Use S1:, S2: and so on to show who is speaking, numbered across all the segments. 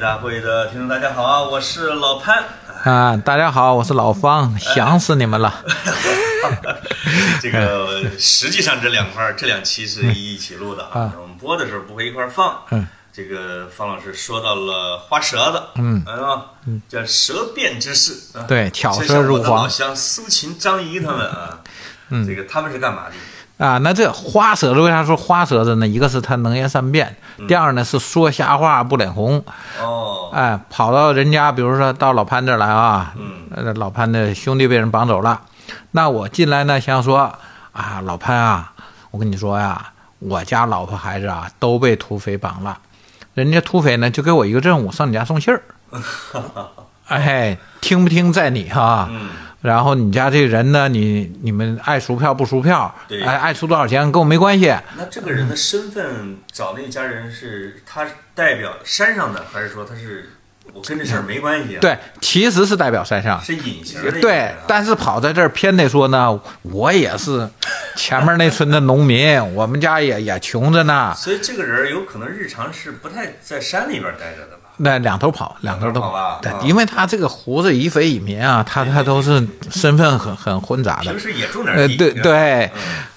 S1: 大会的听众大家好啊，我是老 潘。
S2: 啊，大家好，我是 老方，想死你们了。
S1: 这个呃实际上这两块儿这两期是一起录的啊，我们播的时候不会一块儿放。
S2: 嗯，
S1: 这个方老师说到了花舌子，
S2: 嗯
S1: 啊，叫舌辩之事啊。
S2: 对巧
S1: 像
S2: 舌如
S1: 我的
S2: 簧
S1: 老乡苏秦、张仪他们啊，
S2: 嗯
S1: 这个他们是干嘛的？
S2: 啊，那这花舌子为啥说花舌子呢？一个是他能言善辩，第二呢是说瞎话不脸红。
S1: 嗯哦，
S2: 哎，跑到人家，比如说到老潘这儿来啊，
S1: 嗯
S2: 呃，老潘的兄弟被人绑走了，那我进来呢，想说啊，老潘啊，我跟你说呀、我家老婆孩子啊都被土匪绑了，人家土匪呢就给我一个任务，上你家送信儿，哎，听不听在你哈、
S1: 嗯，
S2: 然后你家这人呢，你你们爱赎票不赎票
S1: 对，
S2: 爱爱出多少钱跟我没关系。
S1: 那这个人的身份找那家人是他是代表山上的，还是说他是我跟这事儿没关系啊？，
S2: 嗯对，其实是代表山上，
S1: 是隐形的一个人
S2: 对
S1: 啊。，
S2: 但是跑在这儿偏得说呢，我也是前面那村的 农民，我们家也也穷着呢，
S1: 所以这个人有可能日常是不太在山里边待着的吧？
S2: 那两头跑，两头
S1: 两头
S2: 都
S1: 跑啊
S2: 对
S1: 啊，
S2: 因为他这个胡子以匪以民啊，他他都是身份很很混杂的
S1: 平，时也种点
S2: 呃，
S1: 地。
S2: 对
S1: 是吧，嗯
S2: 对，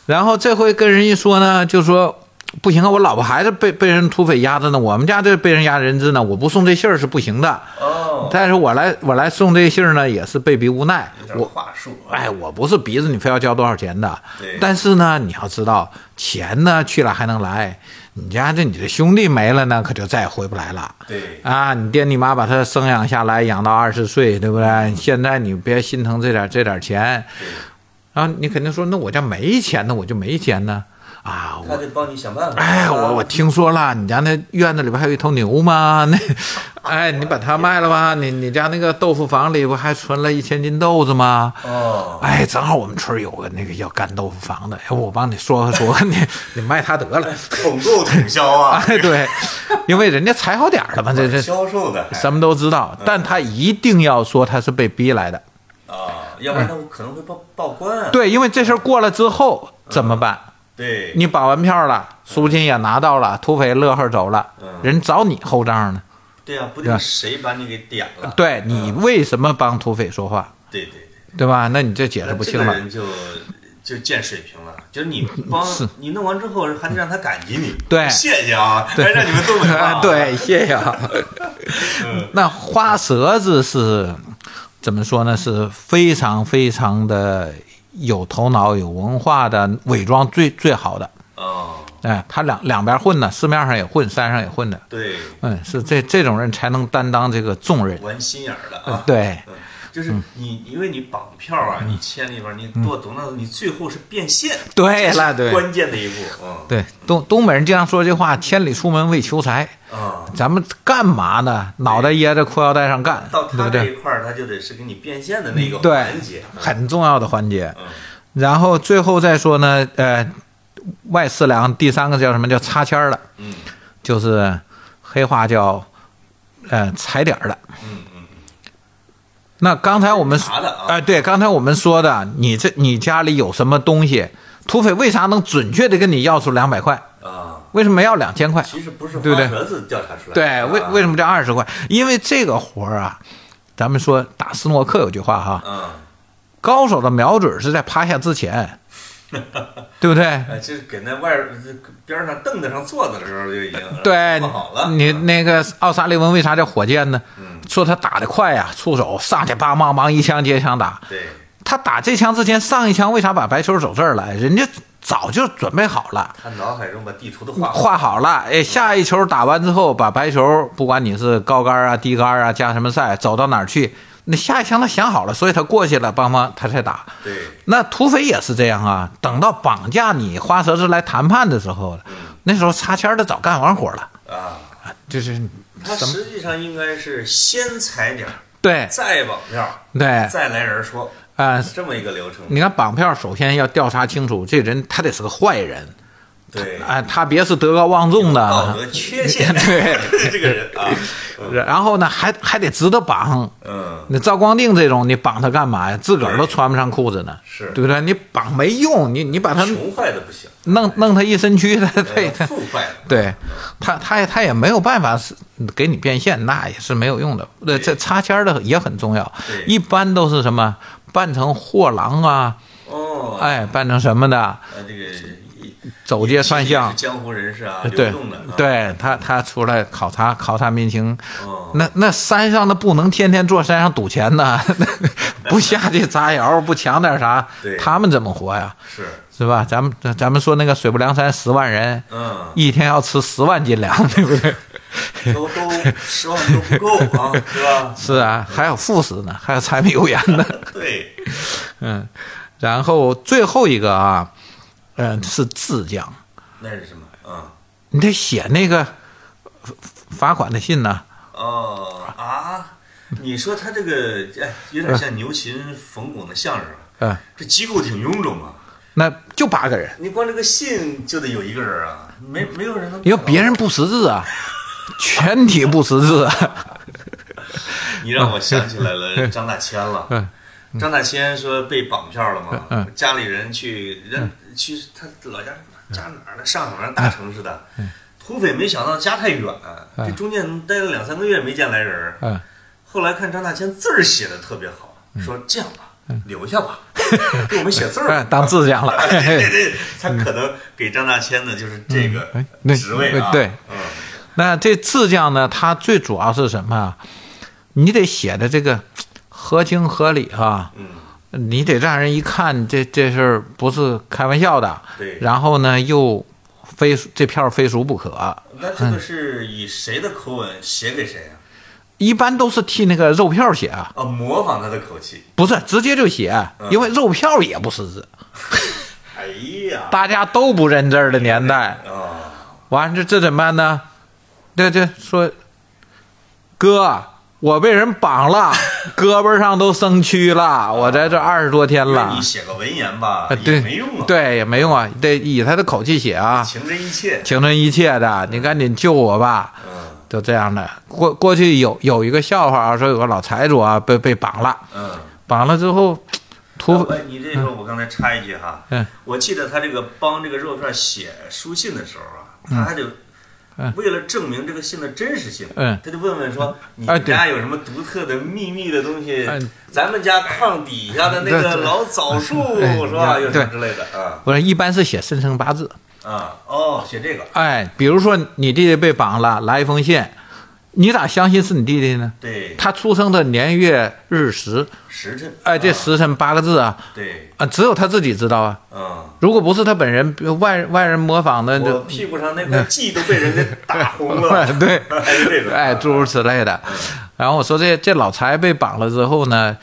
S2: 然后这回跟人一说呢，就说不行啊，我老婆孩子被被人土匪压着呢，我们家这被人压人质呢，我不送这信儿是不行的。
S1: 哦，
S2: 但是我来我来送这信儿呢，也是被逼无奈
S1: 有。点
S2: 我
S1: 话术啊。
S2: 哎，我不是逼着你非要交多少钱的
S1: 对，
S2: 但是呢，你要知道，钱呢去了还能来，你家这你这兄弟没了呢，可就再也回不来了。
S1: 对，
S2: 啊，你爹你妈把他生养下来，养到二十岁，对不对？现在你别心疼这点这点钱，
S1: 对，
S2: 啊，你肯定说，那我家没钱呢，我就没钱呢，啊，
S1: 他
S2: 我
S1: 得帮你想办法。
S2: 哎，
S1: 是吧
S2: 我我听说了，你家那院子里边还有一头牛吗？ 那，哎，你把它卖了吧？你你家那个豆腐房里不还存了一千斤豆子吗？
S1: 哦，
S2: 哎，正好我们村儿有个那个要干豆腐房的，哎要不我帮你说说 说，你你卖它得了。
S1: 统购统销啊，
S2: 哎，对，因为人家踩好点儿了嘛，这这
S1: 销售的还
S2: 什么都知
S1: 哎
S2: 道，但他一定要说他是被逼来的。
S1: 啊，要不然他可能会报报官啊。
S2: 对，因为这事儿过了之后怎么办？
S1: 对，
S2: 你绑完票了，赎金也拿到了，土匪乐呵走了
S1: 嗯，
S2: 人找你后账呢。
S1: 对啊，不
S2: 对
S1: 定
S2: 吧
S1: 谁把你给点了。
S2: 对你为什么帮土匪说话，
S1: 对对对，
S2: 对吧？那你这解释
S1: 那
S2: 不
S1: 这
S2: 清
S1: 个
S2: 了。
S1: 人就就见水平了，就是你帮
S2: 是
S1: 你弄完之后，还得让他感激你。
S2: 对
S1: 谢谢啊，还让你们东北话。
S2: 哎对，谢谢啊。
S1: 嗯，
S2: 那花舌子是怎么说呢？是非常非常的有头脑、有文化的，伪装最最好的。
S1: 哦，
S2: 哎，他两两边混呢，市面上也混，山上也混的。
S1: 对，
S2: 嗯，是这这种人才能担当这个重任。
S1: 玩心眼儿的
S2: 嗯
S1: 啊。，
S2: 对，
S1: 嗯，
S2: 嗯
S1: 就是你，因为你绑票啊，你签里边儿，你多懂那，你最后是变现，
S2: 对了，
S1: 这是
S2: 哎对，
S1: 关键的一步，嗯，
S2: 对，东东北人经常说这话：“千里出门为求财。
S1: 啊”，
S2: 咱们干嘛呢？脑袋掖着裤腰带上干，
S1: 到他
S2: 对不
S1: 这
S2: 对？
S1: 一块儿，他就得是给你变现的那个
S2: 对
S1: 环节，，
S2: 很重要的环节。
S1: 嗯，
S2: 然后最后再说呢，呃，外四梁第三个叫什么叫插签儿的，
S1: 嗯
S2: 就是黑话叫呃踩点儿的。
S1: 嗯嗯，
S2: 那刚才我们
S1: 查的啊
S2: 哎、对，刚才我们说的，你这你家里有什么东西？土匪为啥能准确的跟你要出两百块？
S1: 啊，
S2: 为什么要两千块？
S1: 其实不是
S2: 呃对不
S1: 花
S2: 对
S1: 盒子调查出来的，
S2: 对，为
S1: 啊
S2: 为什么叫二十块？因为这个活儿啊，咱们说打斯诺克有句话哈，
S1: 嗯，
S2: 高手的瞄准是在趴下之 前，对不对？
S1: 哎，这给那外这边儿上凳子上坐的时候就已经
S2: 对
S1: 不好了，，
S2: 你
S1: 嗯
S2: 那个奥沙利文为啥叫火箭呢？说他打得快呀、出手上去梆梆梆一枪接一枪打。
S1: 对
S2: 他打这枪之前上一枪为啥把白球走这儿来？人家早就准备好了，
S1: 他脑海中把地图都画好，
S2: 画好了。哎，下一球打完之后，把白球不管你是高杆啊、低杆啊，加什么赛，走到哪儿去，那下一枪他想好了，所以他过去了，梆梆他才打。
S1: 对，
S2: 那土匪也是这样啊，等到绑架你花蛇子来谈判的时候，那时候插签儿的早干完活了，
S1: 啊，
S2: 就是
S1: 他
S2: 什么
S1: 实际上应该是先踩点儿，
S2: 对
S1: 再绑票儿，
S2: 对啊、
S1: 再来人说，这么一个流程。
S2: 你看绑票首先要调查清楚，这人他得是个坏人
S1: 对，
S2: 啊、他别是德高望重
S1: 道
S2: 的，
S1: 德缺陷，
S2: 对，
S1: 这个人啊，嗯
S2: 然后呢还还得值得绑。
S1: 嗯，
S2: 那赵光定这种，你绑他干嘛呀？自个儿都穿不上裤子呢，
S1: 是
S2: 对不对？你绑没用，你你把他
S1: 穷坏的不行，
S2: 弄弄他一身躯，他他
S1: 呃
S2: 也
S1: 富快 了，
S2: 对他他也他也没有办法是给你变现，那也是没有用的。呃，这插签儿的也很重要，
S1: 对
S2: 一般都是什么扮成货郎啊，
S1: 哦，
S2: 哎，扮成什么的，
S1: 呃，这个一
S2: 走街串巷
S1: 是，江湖人士啊，
S2: 呃对
S1: 流动的，，
S2: 对他他出来考察考察民情，
S1: 哦，
S2: 那那山上的不能天天坐山上赌钱呐， 不下去砸窑，不抢点啥
S1: 对，
S2: 他们怎么活呀？
S1: 是，
S2: 是吧？咱们咱咱们说那个水泊梁山十万人，
S1: 嗯，
S2: 一天要吃十万斤粮，对不对？
S1: 都都十万都不够 啊，是吧？
S2: 是啊，还有副食呢，还有柴米油盐呢，
S1: 对，
S2: 嗯。然后最后一个啊，嗯、是自降，
S1: 那是什么？啊，
S2: 你得写那个罚罚款的信呢。
S1: 哦啊，你说他这个哎，有点像牛群冯巩的相声，啊
S2: 嗯，
S1: 这机构挺臃肿啊。
S2: 那就八个人，
S1: 你光这个信就得有一个人啊，没没有人能。
S2: 因为别人不识字啊，全体不识字啊。
S1: 你让我想起来了张大千了。
S2: 嗯
S1: 张大千说被绑票了嘛，
S2: 嗯
S1: 家里人去人去他老家家哪儿的上海那大城市的，土匪没想到家太远，这中间待了两三个月没见来人儿。
S2: 嗯，
S1: 后来看张大千字儿写的特别好，说这样吧，留下吧，给我们写字儿
S2: 哎
S1: 吧。
S2: 当自 降了。嘿
S1: 对对
S2: 嘿
S1: 对，他可能给张大千的就是这个
S2: 哎嗯哎那
S1: 职位啊。
S2: 对
S1: 嗯，
S2: 那这自降呢，它最主要是什么啊？你得写的这个合情合理哈、
S1: 嗯
S2: 你得让人一看这这事儿不是开玩笑的。
S1: 对
S2: 然后呢，又非这票非熟不可，
S1: 那这个是以谁的口吻写给谁啊？
S2: 一般都是替那个肉票写啊，
S1: 啊，模仿他的口气。
S2: 不是直接就写，因为肉票也不识字，
S1: 哎呀，
S2: 大家都不认字儿的年代，
S1: 啊，
S2: 完这这怎么办呢？这这说，哥，我被人绑 了，胳膊上都生蛆了，我在这二十多天
S1: 那
S2: 了
S1: 哦你，写个文言吧，
S2: 啊，
S1: 也
S2: 对
S1: 没用啊，，
S2: 对，也没用啊，得以他的口气写啊，
S1: 情真意切，
S2: 情真意切的，你赶紧救我吧。
S1: 嗯
S2: 就这样的。过过去有有一个笑话啊，说有个老财主啊被被绑了，
S1: 嗯。
S2: 绑了之后，
S1: 啊
S2: 土
S1: 喂你这时候我刚才插一句哈，
S2: 嗯，
S1: 我记得他这个帮这个肉片写书信的时候啊，他还得
S2: 嗯
S1: 为了证明这个信的真实性，
S2: 嗯
S1: 他就问问说你
S2: 啊
S1: 们
S2: 对
S1: 家有什么独特的秘密的东西
S2: 嗯？
S1: 咱们家炕底下的那
S2: 对
S1: 个
S2: 对
S1: 老枣树
S2: 哎
S1: 是吧？
S2: 对
S1: 有什么之类的啊
S2: 不是一般是写生辰八字，
S1: 啊哦，写这个
S2: 哎，比如说你弟弟被绑了，来一封信，你咋相信是你弟弟呢？
S1: 对
S2: 他出生的年月日时，
S1: 时辰
S2: 哎，这
S1: 啊
S2: 时辰八个字啊，
S1: 对
S2: 啊，只有他自己知道啊。
S1: 嗯。
S2: 如果不是他本人，比如外外人模仿的，
S1: 我
S2: 就
S1: 屁股上那块记都被人家打红了，
S2: 嗯 对
S1: 还是这种，
S2: 哎，诸如此类的。然后我说这这老财被绑了之后呢，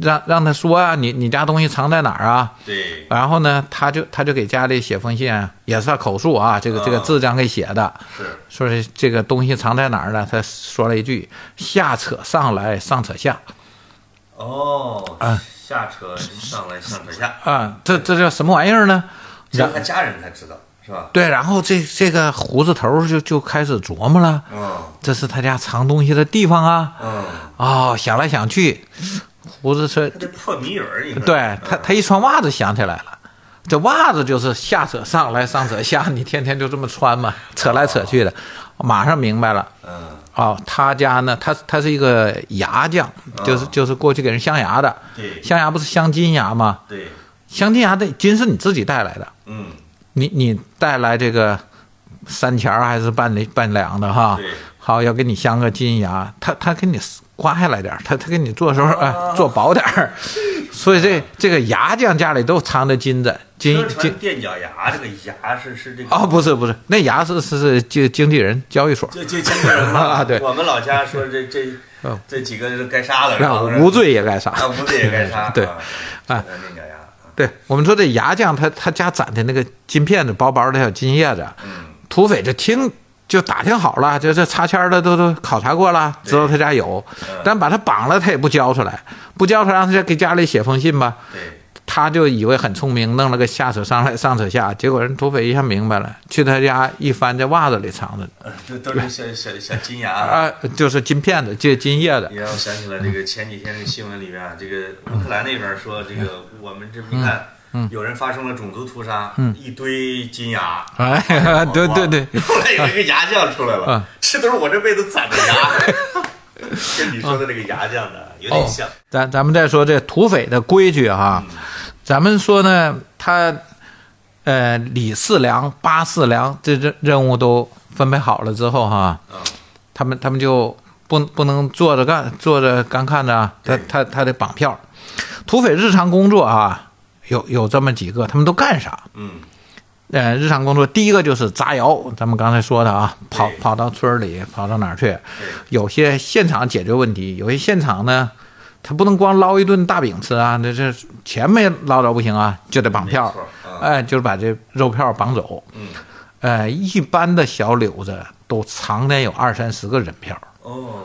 S2: 让让他说啊，你你家东西藏在哪儿啊？
S1: 对，
S2: 然后呢，他就他就给家里写封信，也是他口述啊，这个这个
S1: 啊
S2: 字这样给写的，
S1: 是，
S2: 说是这个东西藏在哪儿呢？他说了一句：下扯上来，上扯下
S1: 哦，下车上来上车下，
S2: 啊，这这叫什么玩意儿呢？
S1: 只有
S2: 然
S1: 他家人才知道，是吧？
S2: 对，然后这这个胡子头就就开始琢磨了，
S1: 嗯
S2: 这是他家藏东西的地方啊。
S1: 嗯，
S2: 哦，想来想去，胡子说
S1: 他这泡米人儿，你说，
S2: 对他，
S1: 嗯
S2: 他一穿袜子想起来了，这袜子就是下扯上来，上扯下，你天天就这么穿嘛，扯来扯去的，马上明白了。
S1: 嗯，
S2: 哦，他家呢，他他是一个牙匠，就是就是过去给人镶牙的，
S1: 对
S2: 镶牙不是镶金牙吗？
S1: 对，
S2: 镶金牙的金是你自己带来的，
S1: 嗯
S2: 你你带来这个三钱儿还是半两半两的哈
S1: 对？
S2: 好，要给你镶个金牙，他他给你刮下来点儿，他他给你做时候哎
S1: 啊
S2: 做薄点儿，所以这这个牙匠家里都藏着金子，金
S1: 车
S2: 金
S1: 船垫脚牙，这个牙是是这个
S2: 哦，不是不是，那牙是是是经经纪人交易所，
S1: 就就经纪人嘛，
S2: 啊对
S1: 我们老家说这这
S2: 嗯
S1: 这几个是该杀的，
S2: 然后
S1: 是吧
S2: 无罪也该杀。
S1: 啊，无罪也该杀，
S2: 对
S1: 啊，
S2: 啊
S1: 垫脚牙，
S2: 对我们说这牙匠他他家攒的那个金片子薄薄的，还有金叶子，
S1: 嗯，
S2: 土匪就听就打听好了，就这插签儿的都都考察过了，知道他家有
S1: 嗯，
S2: 但把他绑了，他也不交出来，不交出来，让他给家里写封信吧。
S1: 对，
S2: 他就以为很聪明，弄了个下扯上来上扯下，结果人土匪一下明白了，去他家一翻，在袜子里藏着，
S1: 呃这都是小小小金牙啊。
S2: 啊，就是金片子，这金叶子，
S1: 你让我想起了这个前几天这个新闻里面啊，这个乌克兰那边说这个我们这你看
S2: 嗯
S1: 有人发生了种族屠杀，
S2: 嗯
S1: 一堆金牙，
S2: 哎，对对对，
S1: 后来有一个牙匠出来了，
S2: 啊
S1: 这都是我这辈子攒的 牙，跟你说的这个牙匠的有
S2: 哦
S1: 点像，
S2: 咱咱们再说这土匪的规矩哈、咱们说呢，他呃李四良、八四良这任任务都分配好了之后哈、
S1: 嗯，
S2: 他们他们就不不能坐着干，坐着干看着啊，他
S1: 对
S2: 他他得绑票。土匪日常工作啊，有有这么几个，他们都干啥？
S1: 嗯，
S2: 呃，日常工作第一个就是砸窑，咱们刚才说的啊，跑
S1: 对
S2: 跑到村儿里，跑到哪儿去？
S1: 对，
S2: 有些现场解决问题，有些现场呢，他不能光捞一顿大饼吃啊，那这钱没捞着不行啊，就得绑
S1: 没
S2: 票
S1: 错，啊
S2: 哎，就是把这肉票绑走。
S1: 嗯，
S2: 呃，一般的小柳子都常年有二三十个人票，
S1: 哦，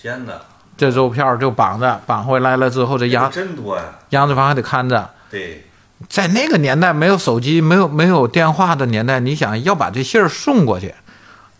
S1: 天哪，
S2: 这肉票就绑着，绑回来了之后，这
S1: 牙
S2: 杨
S1: 真多呀、
S2: 杨子房还得看着。
S1: 对，
S2: 在那个年代，没有手机、没有没有电话的年代，你想要把这信儿送过去，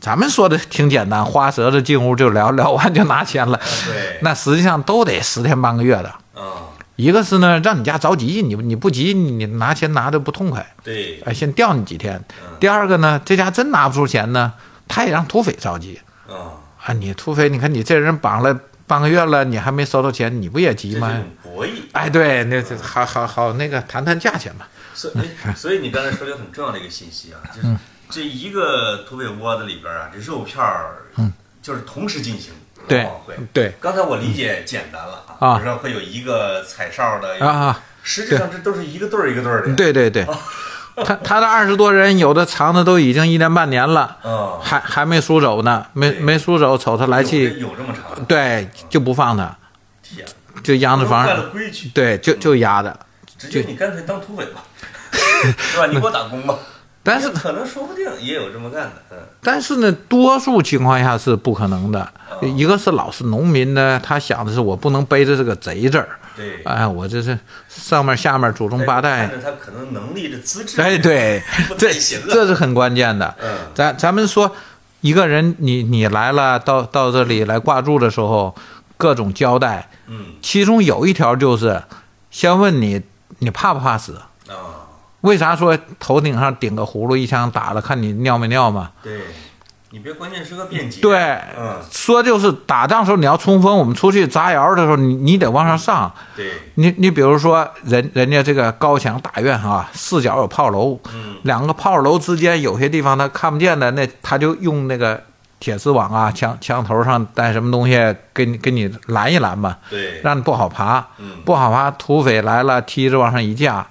S2: 咱们说的挺简单，花舌子进屋就聊 聊完就拿钱了，
S1: 对，
S2: 那实际上都得十天半个月的。
S1: 啊、
S2: 一个是呢，让你家着急，你你不急，你拿钱拿的不痛快，
S1: 对，
S2: 哎，先吊你几天
S1: 嗯。
S2: 第二个呢，这家真拿不出钱呢，他也让土匪着急
S1: 啊、
S2: 啊，你土匪，你看你这人绑了半个月了，你还没收到钱，你不也
S1: 这
S2: 急
S1: 是
S2: 吗？
S1: 种博弈。
S2: 哎，对，那这好好好，那个谈谈价钱吧。
S1: 所 以，所以你刚才说了一个很重要的一个信息啊，
S2: 嗯
S1: 就是这一个土匪窝子里边啊，这肉片儿，就是同时进行
S2: 嗯对
S1: 往会。
S2: 哦对
S1: 刚才我理解简单了啊，
S2: 啊
S1: 比如说会有一个踩哨的，
S2: 啊啊，
S1: 实际上这都是一个队儿一个队儿的，，
S2: 对对 对，他他的二十多人，有的藏的都已经一年半年了，
S1: 啊，
S2: 还还没赎走呢，没
S1: 对
S2: 没赎走，瞅他来气，
S1: 有有这么长的，
S2: 对，就不放他，
S1: 天，
S2: 就压那
S1: 坏
S2: 房，
S1: 了规矩，
S2: 对，就就压着。
S1: 直接你干脆当土匪 吧，是吧？你给我打工吧。
S2: 但是
S1: 可能说不定也有这么干的，嗯，
S2: 但是呢，多数情况下是不可能的。一个是老是农民呢，他想的是我不能背着这个贼字儿，
S1: 对。
S2: 哎，我这是上面下面祖宗八代
S1: 看，着他可能能力的资质，
S2: 哎，对
S1: 不，
S2: 这
S1: 太行啊
S2: 这是很关键的。
S1: 嗯，
S2: 咱咱们说，一个人你你来了，到到这里来挂住的时候，各种交代，
S1: 嗯
S2: 其中有一条就是，先问你你怕不怕死？
S1: 啊，
S2: 为啥说头顶上顶个葫芦，一枪打了，看你尿没尿嘛？
S1: 对，你别关键时刻辩解，
S2: 对，
S1: 嗯，
S2: 说就是打仗的时候你要冲锋，我们出去砸窑的时候，你你得往上上。
S1: 对，
S2: 你你比如说人人家这个高墙大院哈、四角有炮楼，
S1: 嗯，
S2: 两个炮楼之间有些地方他看不见的，那他就用那个铁丝网啊，墙墙头上带什么东西给你给你拦一拦吧，
S1: 对，
S2: 让你不好爬，
S1: 嗯，
S2: 不好爬，土匪来了，梯子往上一架，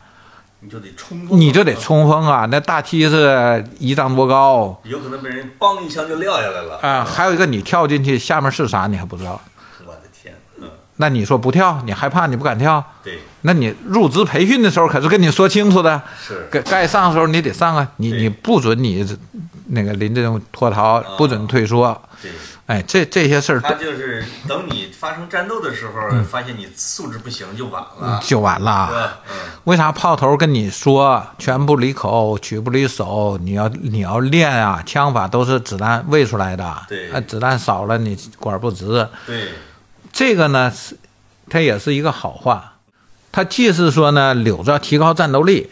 S1: 你就得冲锋，
S2: 你就得，冲锋啊！那大梯子一丈多高
S1: 有可能被人梆一枪就撂下来了
S2: 啊、，还有一个你跳进去下面是啥你还不知道，
S1: 我的天，嗯，
S2: 那你说不跳，你害怕，你不敢跳，
S1: 对，
S2: 那你入职培训的时候可是跟你说清楚的，
S1: 是，
S2: 该该上的时候你得上啊，你
S1: 对
S2: 你不准你那个临阵脱逃，不准退缩。
S1: 对，
S2: 哎，这这些事儿
S1: 他
S2: 都
S1: 就是等你发生战斗的时
S2: 嗯
S1: 候，发现你素质不行就晚了，
S2: 就完
S1: 对
S2: 了。啊
S1: 吧，嗯，
S2: 为啥炮头跟你说拳不离口，曲不离手？你要你要练啊，枪法都是子弹喂出来的。
S1: 对
S2: 啊子弹少了你管不直。
S1: 对，
S2: 这个呢，是它也是一个好话。它既是说呢，柳子要提高战斗力。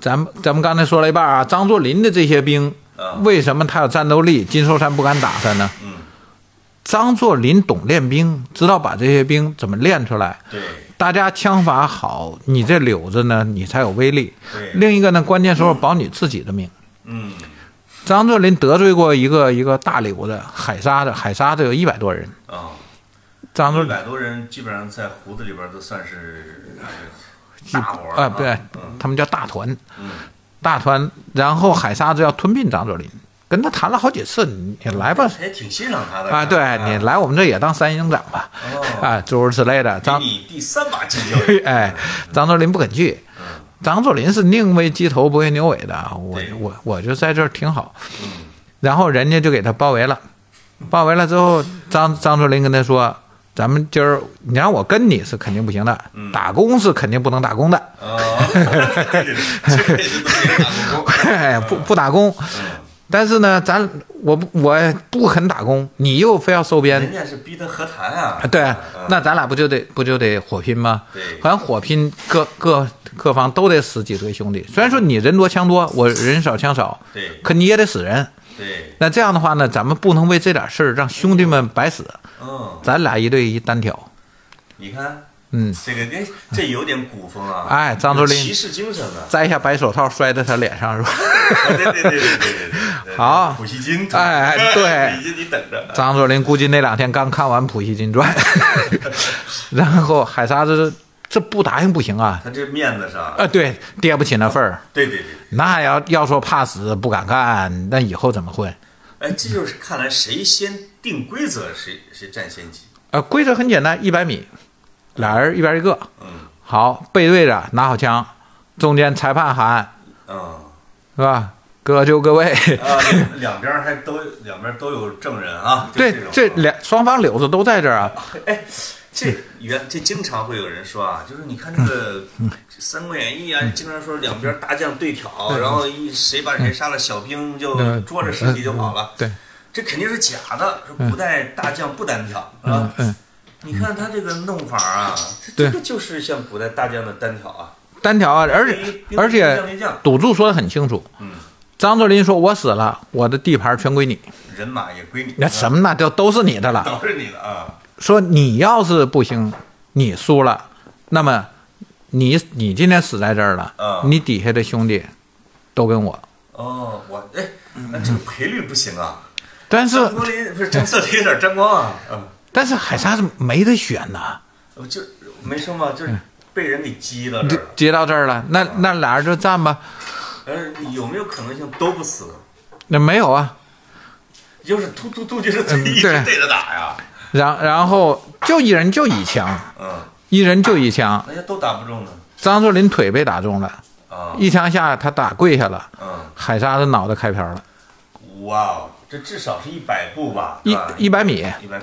S2: 咱们咱们刚才说了一半啊，张作霖的这些兵，
S1: 啊，
S2: 为什么他有战斗力？金寿山不敢打他呢？
S1: 嗯，
S2: 张作霖懂练兵，知道把这些兵怎么练出来。
S1: 对，
S2: 大家枪法好，你这柳子呢，你才有威力。
S1: 对，
S2: 另一个呢，关键时候保你自己的命。
S1: 嗯，
S2: 张作霖得罪过一个一个大柳子，海沙子，海沙子有一百多人。
S1: 啊，
S2: 张作
S1: 一
S2: 霖
S1: 百多人基本上在胡子里边都算是大活儿
S2: 啊，对
S1: 嗯，
S2: 他们叫大团，
S1: 嗯，
S2: 大团。然后海沙子要吞并张作霖，跟他谈了好几次，你你来吧，
S1: 还挺欣赏他的
S2: 啊，对你来我们这也当三营长吧，
S1: 哦，
S2: 啊，诸如此类的。张
S1: 给你第三把金枪，
S2: 哎，张作霖不肯去。张作霖是宁为鸡头不为牛尾的，我
S1: 对
S2: 我我就在这儿挺好。
S1: 嗯。
S2: 然后人家就给他包围了，包围了之后，张张作霖跟他说：“咱们今儿你让我跟你是肯定不行的，
S1: 嗯
S2: 打工是肯定不能打工的，
S1: 啊，这个这个都没人打过工
S2: 哎不不打工。
S1: 嗯
S2: 但是呢，咱我不我不肯打工，你又非要收编
S1: 人，家是逼他和谈啊
S2: 啊。对啊
S1: 嗯，
S2: 那咱俩不就得不就得火拼吗？
S1: 对
S2: 好像火拼各各各方都得死几对兄弟。虽然说你人多枪多，我人少枪少，
S1: 对
S2: 可你也得死人。
S1: 对，
S2: 那这样的话呢，咱们不能为这点事儿让兄弟们白死，
S1: 嗯，
S2: 咱俩一对一单挑。
S1: 你看
S2: 嗯，
S1: 这个，这这有点古风啊，
S2: 哎张作霖
S1: 有骑士精神呢。
S2: 摘下白手套摔在他脸上是吧？
S1: 对对对对对对对对，
S2: 好
S1: 普希金，
S2: 哎对
S1: 你你等着，
S2: 张作霖估计那两天刚看完《普希金传》，然后海沙子这不答应不行啊，
S1: 他这面子上，
S2: 啊，对，爹不起那份儿，
S1: 对对对，
S2: 那要要说怕死不敢干，那以后怎么混？
S1: 哎，这就是看来谁先定规则，谁谁占先机。
S2: 呃，规则很简单，一百米，俩人一边一个，
S1: 嗯
S2: 好，背对着，拿好枪，中间裁判喊
S1: 嗯
S2: 是吧？各就 各位，
S1: 啊，两两边儿还都两边儿都有证人啊。就
S2: 对
S1: 种，
S2: 这
S1: 啊
S2: 两双方柳子都在这儿啊，
S1: 哎，这原这经常会有人说啊，就是你看这个《三国演义》啊，经常说两边大将对挑，然后一谁把谁杀了，小兵就
S2: 嗯
S1: 捉着尸体就跑了。
S2: 对，
S1: 这肯定是假的，说古代大将不单挑，是吧？
S2: 嗯，
S1: 你看他这个弄法啊，这
S2: 对
S1: 这个就是像古代大将的单挑啊，
S2: 单挑啊，而
S1: 兵
S2: 且
S1: 兵
S2: 而
S1: 将
S2: 且
S1: 对将，
S2: 赌注说的很清楚，
S1: 嗯，
S2: 张作霖说我死了，我的地盘全归你，
S1: 人马也归你，
S2: 那什么那就都是你的了。
S1: 都是你的啊，
S2: 说你要是不行，你输了，那么你你今天死在这儿了，
S1: 嗯
S2: 你底下的兄弟都跟我。
S1: 哦，我哎，那这个赔率不行啊，
S2: 但嗯是
S1: 张国林不是张瑟林有点沾光啊，嗯。
S2: 但是海沙是没得选呐，
S1: 我呃就没说嘛，就是被人给激到这
S2: 就
S1: 儿了。
S2: 接到这儿了，那那俩人就战吧。
S1: 呃，有没有可能性都不死？
S2: 那没有啊，
S1: 就是突突突，就是
S2: 嗯
S1: 一直
S2: 对
S1: 对着打呀。
S2: 然然后就一人就一枪，
S1: 嗯，
S2: 一人就一枪。
S1: 那些都打不中呢。
S2: 张作霖腿被打中了，
S1: 啊，
S2: 一枪下他打跪下了，
S1: 嗯，
S2: 海沙的脑袋开瓢了，
S1: 哇哦，这至少是一百步吧？
S2: 一
S1: 是吧
S2: 一百米。
S1: 一百，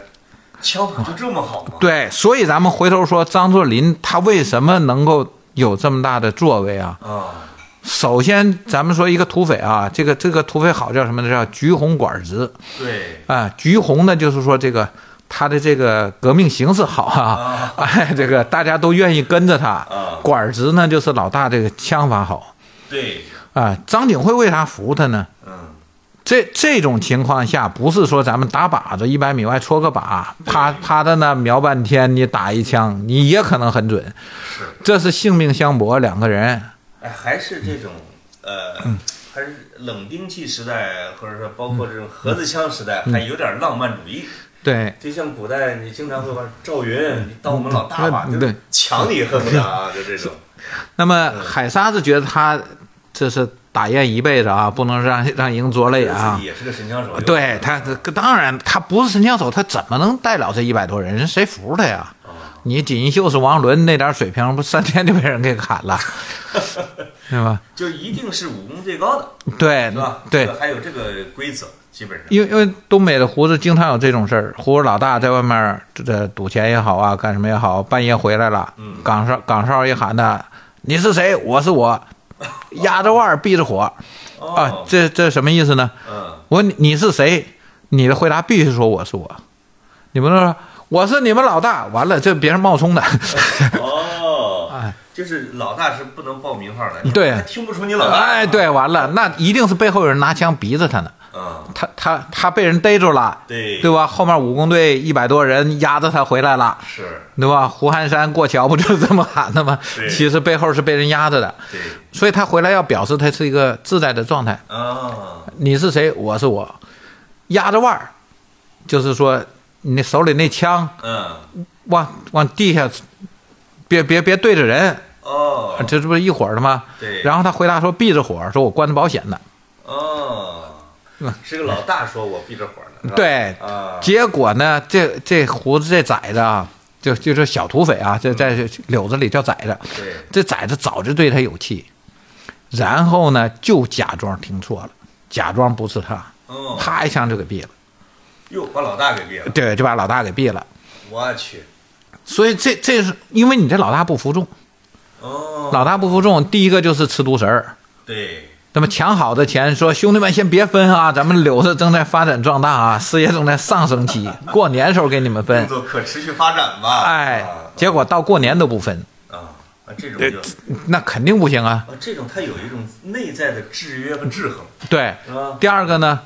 S1: 枪法就这么好吗？
S2: 对，所以咱们回头说张作霖他为什么能够有这么大的作为啊？
S1: 啊，
S2: 首先，咱们说一个土匪啊，这个这个土匪好叫什么呢？叫橘红管子
S1: 对，
S2: 啊。橘红呢，就是说这个他的这个革命形势好啊， 哎，这个大家都愿意跟着他
S1: 啊。
S2: 管子呢，就是老大这个枪法好
S1: 对，
S2: 啊。张景惠为啥服他呢？
S1: 嗯，
S2: 这这种情况下，不是说咱们打靶子一百米外戳个靶，趴趴在那瞄半天，你打一枪，你也可能很准。
S1: 是，
S2: 这是性命相搏，两个人。
S1: 哎，还是这种，呃。
S2: 嗯
S1: 还是冷兵器时代，或者说包括
S2: 嗯
S1: 这种盒子枪时代，还有点浪漫主义。
S2: 对，
S1: 就像古代，你经常会玩赵云，你当我们老大吧，
S2: 嗯
S1: 就
S2: 对
S1: 抢你恨不得啊，就这种。
S2: 那么海沙子觉得他这是打雁一辈子啊，不能让让鹰
S1: 自
S2: 啄泪啊
S1: 己。也是个神枪手。
S2: 对他，他当然他不是神枪手，他怎么能带了这一百多人？人谁服他呀？你锦衣秀是王伦那点水平，不三天就被人给砍 了，对吧？
S1: 就一定是武功最高的，
S2: 对
S1: 是吧？
S2: 对
S1: 这，还有这个规则，基本上。
S2: 因为因为东北的胡子经常有这种事儿，胡子老大在外面这这赌钱也好啊，干什么也好，半夜回来了，岗哨岗哨一喊他，你是谁？我是我，压着腕儿闭着火啊
S1: 哦，，
S2: 这这什么意思呢？
S1: 嗯，
S2: 我你你是谁？你的回答必须说我是我，你不能说我是你们老大。完了，这别人冒充的，
S1: 哦
S2: 哎，
S1: 就是老大是不能报名号的，
S2: 对
S1: 他听不出你老大。
S2: 哎，，对，完了，那一定是背后有人拿枪逼着他呢。
S1: 嗯，
S2: 他他他被人逮住了，
S1: 对，
S2: 对吧？后面武工队一百多人压着他回来了。
S1: 是，
S2: 对吧？胡汉山过桥不就是这么喊的吗
S1: 对？
S2: 其实背后是被人压着的，
S1: 对，
S2: 所以他回来要表示他是一个自在的状态。
S1: 啊，
S2: 你是谁？我是我，压着腕儿，就是说你手里那枪
S1: 嗯，
S2: 往往地下，别别别对着人，
S1: 哦，
S2: 啊这这不是一伙儿的吗？
S1: 对
S2: 然后他回答说避着火，说我关着保险呢。
S1: 哦，是个老大说我避着火呢。是吧
S2: 嗯对
S1: 啊，
S2: 结果呢，这这胡子这崽子啊，就就是小土匪啊，这
S1: 嗯
S2: 在柳子里叫崽子。
S1: 对，
S2: 这崽子早就对他有气，然后呢就假装听错了，假装不是他，
S1: 嗯，
S2: 啪一枪就给毙了，
S1: 哟，把老大给灭了，
S2: 对，就把老大给毙了。
S1: 我去，
S2: 所以这这是因为你这老大不服众，
S1: 哦，
S2: 老大不服众，第一个就是吃独食儿，
S1: 对，
S2: 那么抢好的钱，说兄弟们先别分啊，咱们柳子正在发展壮大啊， 事业正在上升期，过年时候给你们分
S1: 工。作可持续发展吧。
S2: 哎
S1: 啊，
S2: 结果到过年都不分，
S1: 啊啊，这种就
S2: 那肯定不行啊。
S1: 啊，这种它有一种内在的制约和制衡
S2: 对，
S1: 啊。
S2: 第二个呢，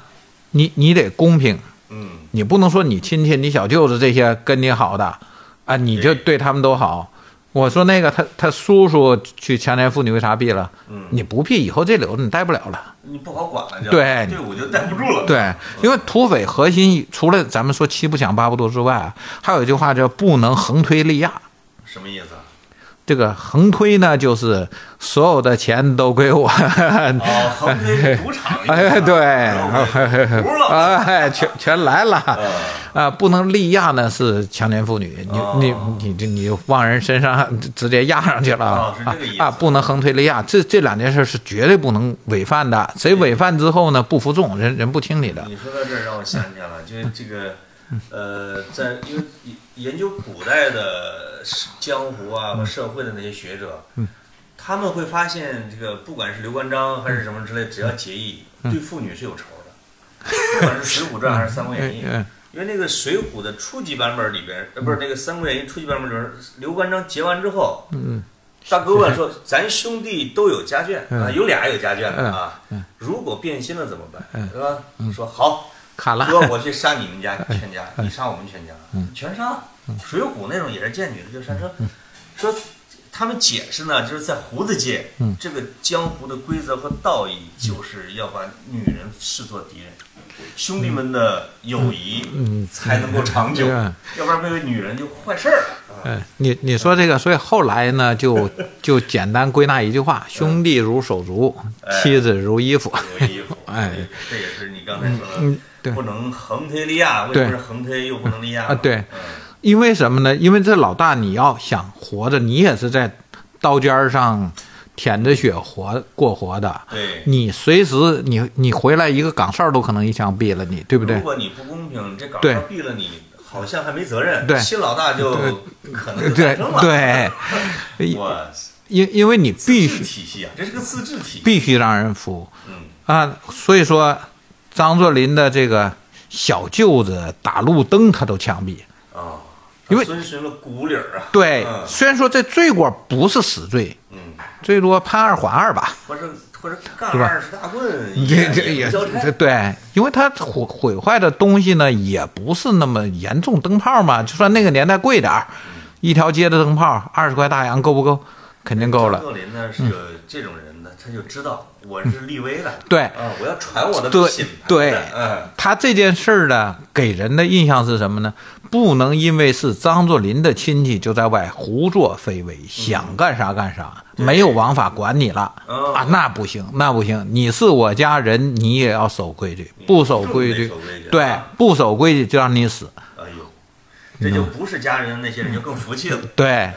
S2: 你你得公平，
S1: 嗯，
S2: 你不能说你亲戚、你小舅子这些跟你好的啊，你就对他们都好。我说那个他他叔叔去强奸妇女为啥避了？
S1: 嗯
S2: 你不避，以后这柳子你待不了了。
S1: 你不好管了就。
S2: 对
S1: 对我就待不住了。
S2: 对，因为土匪核心除了咱们说七不抢八不夺之外，还有一句话叫不能横推利亚。
S1: 什么意思啊？
S2: 这个横推呢，就是所有的钱都 归我，
S1: 哦，横推赌场一样。
S2: 哎，对，
S1: 不是了。
S2: 哎，全全来了，啊、
S1: 嗯
S2: 不能立亚呢是强奸妇女，你、
S1: 哦
S2: 你你这你就往人身上直接压上去了、
S1: 哦是这个意思
S2: 啊啊，不能横推立亚，这这两件事是绝对不能违反的，谁违反之后呢不服众，人人不听你的，
S1: 你说到这儿让我想起来了，就是这个，呃，在因为研究古代的江湖啊和社会的那些学者，他们会发现，这个不管是刘关张还是什么之类，只要结义，对妇女是有仇的，不管是《水浒传》还是《三国演义》。
S2: 嗯
S1: 因为那个《水浒》的初级版本里边，呃，不是那个《三国演义》初级版本里边，刘关张结完之后，
S2: 嗯，
S1: 大哥问说：“咱兄弟都有家眷啊，
S2: 嗯嗯
S1: 有俩有家眷的啊，如果变心了怎么办？是吧？”说好，
S2: 卡了，哎嗯
S1: 哥，我去杀你 们家全家，你杀我们全家，全杀了。《水浒》那种也是见女的就杀，说说他们解释呢，就是在胡子界，
S2: 嗯
S1: 这个江湖的规则和道义就是要把女人视作敌人，兄弟们的友谊
S2: 嗯
S1: 才能够长久，
S2: 嗯
S1: 要不然为了女人就坏事儿了。啊
S2: 嗯，你你说这个，所以后来呢，就就简单归纳一句话：兄弟如手足，
S1: 哎
S2: 妻子如衣服。
S1: 有衣服，
S2: 哎
S1: 这也是你刚才说
S2: 嗯嗯
S1: 的，
S2: 对
S1: 不能横推利亚，为什么是横推又不能利亚
S2: 啊对
S1: 嗯
S2: 因为什么呢？因为这老大你要想活着，你也是在刀尖儿上舔着血活过活的。
S1: 对，
S2: 你随时你你回来一个岗哨都可能一枪毙了你，对不
S1: 如
S2: 对？
S1: 果你不公平，这岗
S2: 对
S1: 上毙了你，好像还没责任，
S2: 对
S1: 新老大就可能就
S2: 对
S1: 诞生了。
S2: 对，因
S1: 哇，
S2: 因因为你必
S1: 自治
S2: 须
S1: 体系啊，这是个自治体。
S2: 必须让人服。
S1: 嗯，
S2: 啊，所以说张作霖的这个小舅子打路灯他都枪毙。
S1: 啊，
S2: 因为
S1: 遵循了古理儿啊。
S2: 对，
S1: 嗯
S2: 虽然说这罪过不是死罪，
S1: 嗯，
S2: 最多判二缓二吧。
S1: 或者或者干
S2: 对吧
S1: 二十大棍，
S2: 这这
S1: 也
S2: 也
S1: 不交差
S2: 这对，因为他毁毁坏的东西呢，也不是那么严重。灯泡嘛，就算那个年代贵点儿，一条街的灯泡二十块大洋够不够？肯定够
S1: 张
S2: 了。嗯
S1: 作霖呢是有这种人的，他就知道我是立威的，
S2: 对，
S1: 啊，我要传我的
S2: 嗯对
S1: 品牌的，
S2: 对
S1: 嗯，
S2: 他这件事儿呢，给人的印象是什么呢？不能因为是张作霖的亲戚就在外胡作非为，想干啥干啥，没有王法管你了、
S1: 嗯
S2: 啊！那不行，那不行，你是我家人，你也要守规矩，不守规
S1: 你
S2: 矩
S1: 不守规矩，
S2: 对
S1: 啊，
S2: 不守规矩就让你死，
S1: 哎呦，这就不是家人，那些人就更服气了，
S2: 对。
S1: 嗯，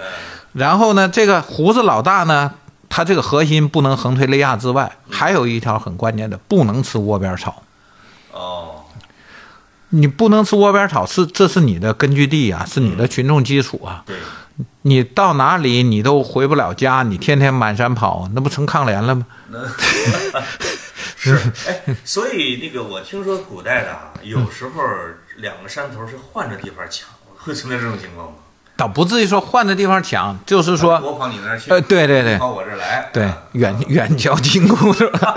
S2: 然后呢，这个胡子老大呢，他这个核心不能横推类亚之外，
S1: 嗯
S2: 还有一条很关键的，不能吃窝边草。
S1: 哦，
S2: 你不能吃窝边草，是这是你的根据地啊，是
S1: 嗯
S2: 你的群众基础啊。
S1: 对，
S2: 你到哪里你都回不了家，你天天满山跑，那不成抗联了吗？
S1: 那是 哎，所以那个我听说古代的啊，有时候两个山头是换着地方抢，会存在这种情况吗？
S2: 倒不至于说换的地方抢，就是说，
S1: 我跑你那儿去，
S2: 呃，对对
S1: 你
S2: 对
S1: 跑我这儿来，
S2: 对
S1: 啊，
S2: 远远交近攻是吧？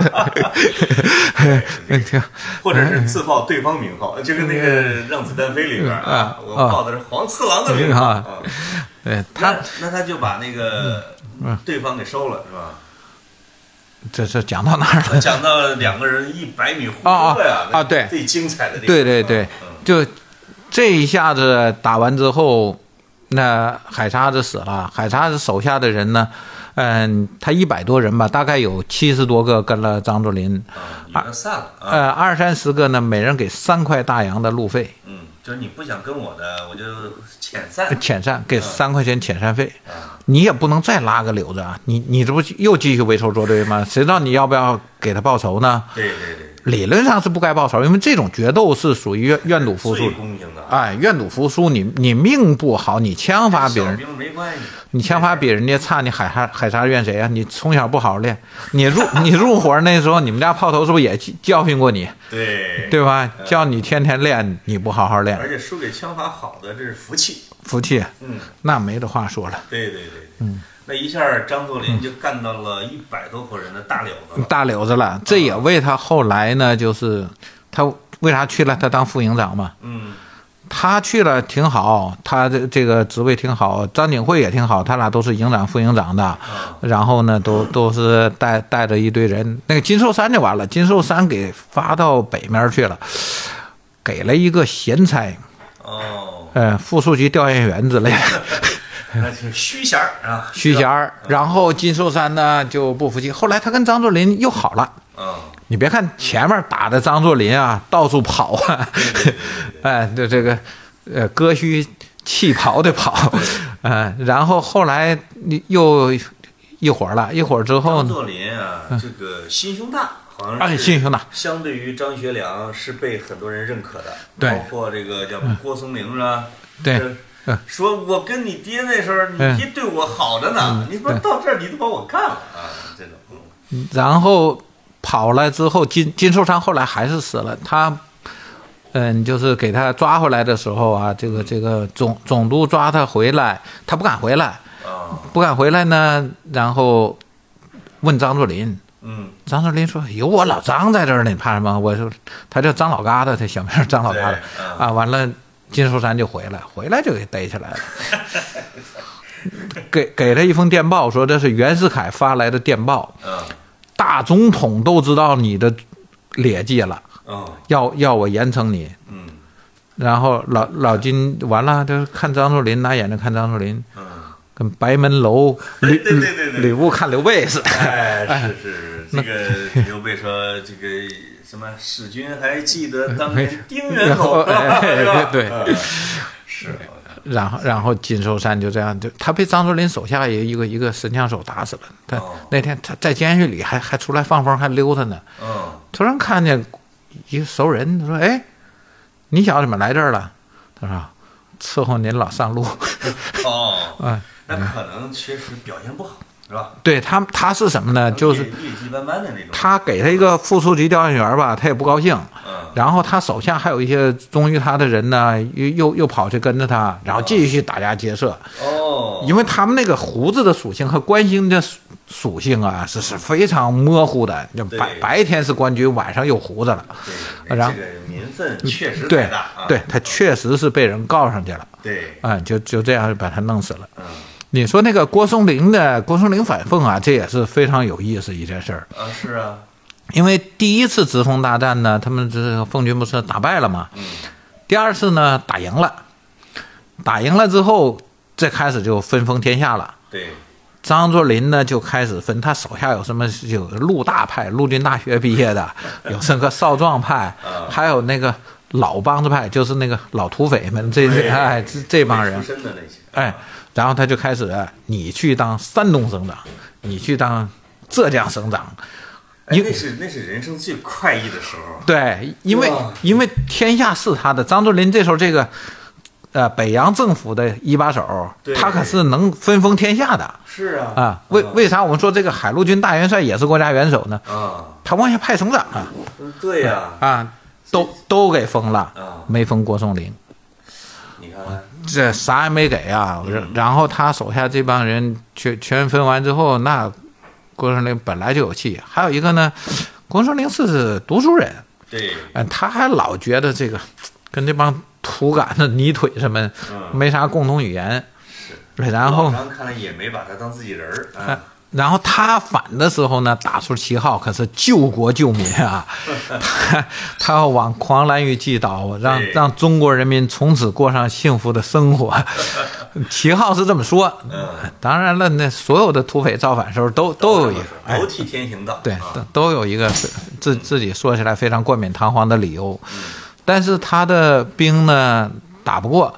S2: 对
S1: 或者
S2: 嗯
S1: 是自报对方名号，就跟那个《让子弹飞》里边啊，
S2: 啊
S1: 我报的是黄四郎的名号
S2: 啊，对，他嗯
S1: 那那他就把那个对方给收了是吧？
S2: 这这讲到哪儿了？
S1: 讲到两个人一百米互
S2: 嗯啊
S1: 搏呀
S2: 啊，啊对
S1: 最精彩的地方
S2: 对对对，
S1: 嗯
S2: 就这一下子打完之后，那海沙子死了，海沙子手下的人呢，嗯，他一百多人吧，大概有七十多个跟了张作霖，
S1: 啊，你们散了啊，
S2: 呃，二三十个呢，每人给三块大洋的路费。
S1: 嗯，就是你不想跟我的，我就遣 散
S2: 遣散给三块钱遣散费，
S1: 啊，
S2: 你也不能再拉个柳子啊！你你这不又继续为仇作对吗？谁知道你要不要给他报仇呢？
S1: 对对对，
S2: 理论上是不该报仇，因为这种决斗是属于愿愿赌服输
S1: 最，公平的啊，
S2: 哎，愿赌服输，你你命不好，你枪法比
S1: 小
S2: 人
S1: 兵没关系，
S2: 你枪法比人家差，你海沙海沙怨谁啊呀、你从小不好好练，你入你入伙那时候，你们家炮头是不是也教训过你，
S1: 对，
S2: 对吧？叫你天天练，你不好好
S1: 而
S2: 练，
S1: 且输给枪法好的这是福气，
S2: 服气，
S1: 嗯，
S2: 那没得话说了。
S1: 对对对对，
S2: 嗯
S1: 那一下张作霖就干到了一百多口人的大了子了，
S2: 大瘤子了，这也为他后来呢，就是他为啥去了？他当副营长嘛，
S1: 嗯，
S2: 他去了挺好，他这这个职位挺好，张景惠也挺好，他俩都是营长、副营长的，
S1: 啊，
S2: 然后呢，都都是带带着一堆人。那个金寿山就完了，金寿山给发到北面去了，给了一个闲差，
S1: 哦，
S2: 呃，副处级调研员之类的
S1: 那是虚衔儿啊，
S2: 虚衔儿。然后金寿山呢就不服气，后来他跟张作霖又好了。
S1: 啊，
S2: 你别看前面打的张作霖啊，到处跑啊，
S1: 嗯
S2: 哎，这这个呃割须弃袍 的跑，嗯、然后后来又一会儿了，一会儿之后
S1: 张
S2: 呢，嗯
S1: 作霖啊，这个心胸大，好像
S2: 哎，
S1: 是
S2: 心胸呐，
S1: 相对于张学良是被很多人认可的，
S2: 对
S1: 包括这个叫郭松龄啊，
S2: 对
S1: 这
S2: 嗯
S1: 说我跟你爹那时候，
S2: 嗯
S1: 你爹对我好着呢，你怎么到这儿你都把我干了啊？这种，嗯
S2: 然后跑了之后，金金寿昌后来还是死了，他。嗯，就是给他抓回来的时候啊，这个这个总总督抓他回来，他不敢回来，
S1: 啊，
S2: 不敢回来呢，然后问张作霖，
S1: 嗯，
S2: 张作霖说：“有我老张在这儿呢，你怕什么？”我说：“他叫张老疙瘩，他小名儿张老疙瘩
S1: 对嗯
S2: 啊。”完了，金寿山就回来，回来就给逮起来了， 给给了一封电报，说这是袁世凯发来的电报，
S1: 啊，
S2: 大总统都知道你的劣迹了，
S1: 啊，
S2: 要要我严惩你。
S1: 嗯，
S2: 然后老老金完了，就是看张作霖，拿眼睛看张作霖，
S1: 嗯，
S2: 跟白门楼吕
S1: 对对对对
S2: 吕布看刘备似的。
S1: 哎，是是，这个刘备说这个什么，史君还记得当年丁原侯是吧？
S2: 哎
S1: 是吧
S2: 对
S1: 嗯是，
S2: 然后，然后金寿山就这样，就他被张作霖手下一个一个神枪手打死了。他、
S1: 哦
S2: 那天他在监狱里还还出来放风，还溜达呢。
S1: 嗯，
S2: 突然看见一个熟人，他说：“哎，你小子怎么来这儿了？”他说：“伺候您老上路。
S1: 哦，
S2: 嗯，
S1: 那可能确实表现不好，是吧？
S2: 对他，他是什么呢？就是
S1: 劣迹斑斑的那种。
S2: 他给他一个副处级调研员吧，他也不高兴。
S1: 嗯，
S2: 然后他手下还有一些忠于他的人呢，又又又跑去跟着他，然后继续打家劫舍。
S1: 哦，
S2: 因为他们那个胡子的属性和关心的属属性啊，是是非常模糊的。就白
S1: 对
S2: 白天是官军，晚上又胡子了。
S1: 对，
S2: 然后嗯
S1: 这个民愤确实
S2: 对
S1: 太大啊。
S2: 对，他确实是被人告上去了，
S1: 对，
S2: 啊、就就这样把他弄死了。
S1: 嗯
S2: 你说那个郭松龄的郭松龄反奉啊，这也是非常有意思一件事儿。
S1: 啊是啊，
S2: 因为第一次直奉大战呢，他们这个奉军不是打败了吗？
S1: 嗯
S2: 第二次呢，打赢了，打赢了之后，这开始就分封天下了。
S1: 对，
S2: 张作霖呢就开始分他手下有什么有陆大派，陆军大学毕业的，有这个少壮派
S1: 啊，
S2: 还有那个老帮子派，就是那个老土匪们这
S1: 对
S2: 这哎这这帮人
S1: 出，身的那些，
S2: 哎，然后他就开始啊你去当山东省长，你去当浙江省长，
S1: 哎
S2: 因
S1: 那是那是人生最快意的时候。
S2: 对，因为
S1: 哇
S2: 因为天下是他的，张作霖这时候这个。呃，北洋政府的一把手
S1: 对，
S2: 他可是能分封天下的
S1: 是啊
S2: 啊！为
S1: 嗯
S2: 为啥我们说这个海陆军大元帅也是国家元首呢？
S1: 啊，
S2: 他往下派省长啊
S1: 嗯对呀
S2: 啊，都都给封了
S1: 啊，
S2: 没封郭松龄，
S1: 嗯你看
S2: 这啥也没给啊。然然后他手下这帮人全全分完之后，那郭松龄本来就有气，还有一个呢，郭松龄是读书人，
S1: 对，
S2: 嗯，他还老觉得这个跟这帮土杆子、泥腿什么
S1: 嗯，
S2: 没啥共同语言，然
S1: 老
S2: 后。哎
S1: 张看来也没把他当自己人儿啊，
S2: 然后他反的时候呢，打出旗号可是救国救民啊， 他他要往狂澜于既倒，让
S1: 对
S2: 让中国人民从此过上幸福的生 活。旗号是这么说，
S1: 嗯，
S2: 当然了，那所有的土匪造反时候都都有一个，哎
S1: 都替天行道，
S2: 对，
S1: 啊
S2: 都都有一个是自自己说起来非常冠冕堂皇的理由，但是他的兵呢打不过。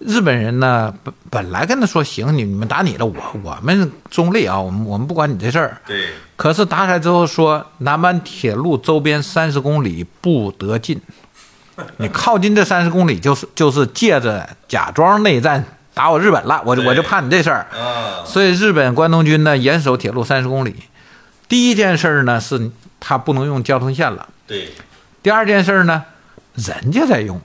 S2: 日本人呢，本本来跟他说行，你你们打你的，我我们中立啊，我们我们不管你这事儿，
S1: 对，
S2: 可是达台之后说，南满铁路周边三十公里不得进，你靠近这三十公里就是就是借着假装内战打我日本了，我就我就怕你这事儿。
S1: 啊，
S2: 所以日本关东军呢严守铁路三十公里。第一件事儿呢是他不能用交通线了，
S1: 对，
S2: 第二件事儿呢，人家在用，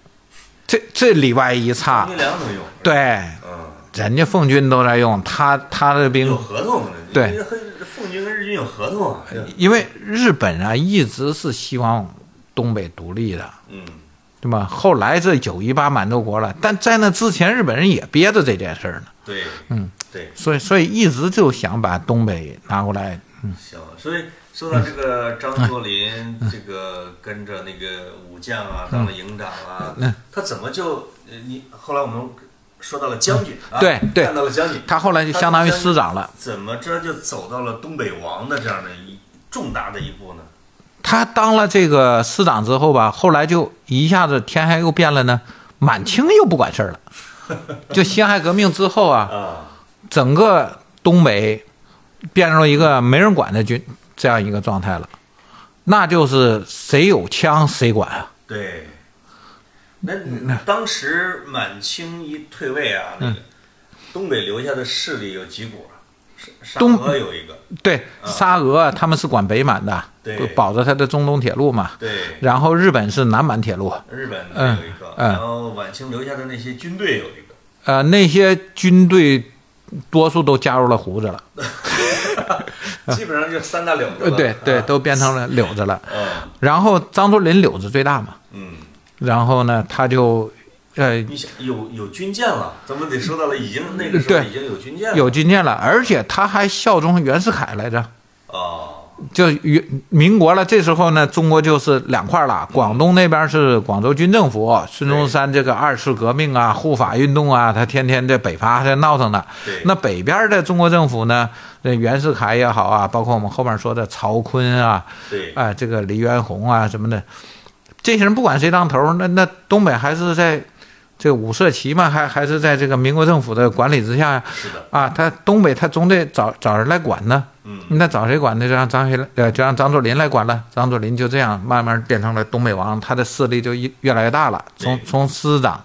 S2: 这这里外一差
S1: 那，两种用，，
S2: 啊对，
S1: 嗯，
S2: 人家奉军都在用，他他的兵
S1: 有合同的，
S2: 对哎
S1: 因为和奉军跟日军有合同啊，对
S2: 因为日本啊一直是希望东北独立的，
S1: 嗯，
S2: 对吧？后来这九一八满洲国了，但在那之前日本人也憋着这件事儿呢，
S1: 对，嗯，对，
S2: 所以所以一直就想把东北拿过来。
S1: 行，所以说到这个张作霖，
S2: 嗯
S1: 这个跟着那个武将啊，当了营长啊，
S2: 嗯
S1: 他怎么就呃你后来我们说到了将军啊，
S2: 嗯对对
S1: 看到了将军，
S2: 他后来就相当于师长了。
S1: 怎么着就走到了东北王的这样的一重大的一步呢？
S2: 他当了这个师长之后吧，后来就一下子天还又变了呢，满清又不管事 儿了。就辛亥革命之后啊，
S1: 啊，
S2: 整个东北变成了一个没人管的军这样一个状态了，那就是谁有枪谁管啊。
S1: 对。
S2: 嗯
S1: 那当时满清一退位啊，那个东北留下的势力有几股啊？沙沙
S2: 东
S1: 俄有一个，
S2: 对，沙俄啊他们是管北满的，
S1: 啊对
S2: 不保着他的中东铁路嘛。
S1: 对，
S2: 然后日本是南满铁路，
S1: 日本
S2: 嗯
S1: 有一个，
S2: 嗯
S1: 然后晚清留下的那些军队有 一个，
S2: 呃，那些军队多数都加入了胡子了，
S1: 基本上就三大柳子
S2: 呃，
S1: 了。
S2: 对对，
S1: 啊，
S2: 都变成了柳子了。
S1: 嗯
S2: 然后张作霖柳子最大嘛，
S1: 嗯，
S2: 然后呢，他就呃
S1: 你想有有军舰了，咱们得说到了已经那个时候
S2: 对
S1: 已经有军舰了。
S2: 有军舰了，而且他还效忠袁世凯来着。
S1: 哦，
S2: 就原民国了，这时候呢，中国就是两块了。广东那边是广州军政府，孙中山这个二次革命啊、护法运动啊，他天天在北伐在闹腾呢
S1: 对。
S2: 那北边的中国政府呢，这袁世凯也好啊，包括我们后面说的曹锟啊，
S1: 对，
S2: 啊、这个黎元洪啊什么的，这些人不管谁当头，那那东北还是在这个五色旗嘛，还还是在这个民国政府的管理之下呀。
S1: 是的，
S2: 啊，他东北他总得找找人来管呢。
S1: 嗯，
S2: 那找谁管呢？就让张学良呃，就让张作霖来管了。张作霖就这样慢慢变成了东北王，他的势力就越越来越大了。从
S1: 对
S2: 从师长，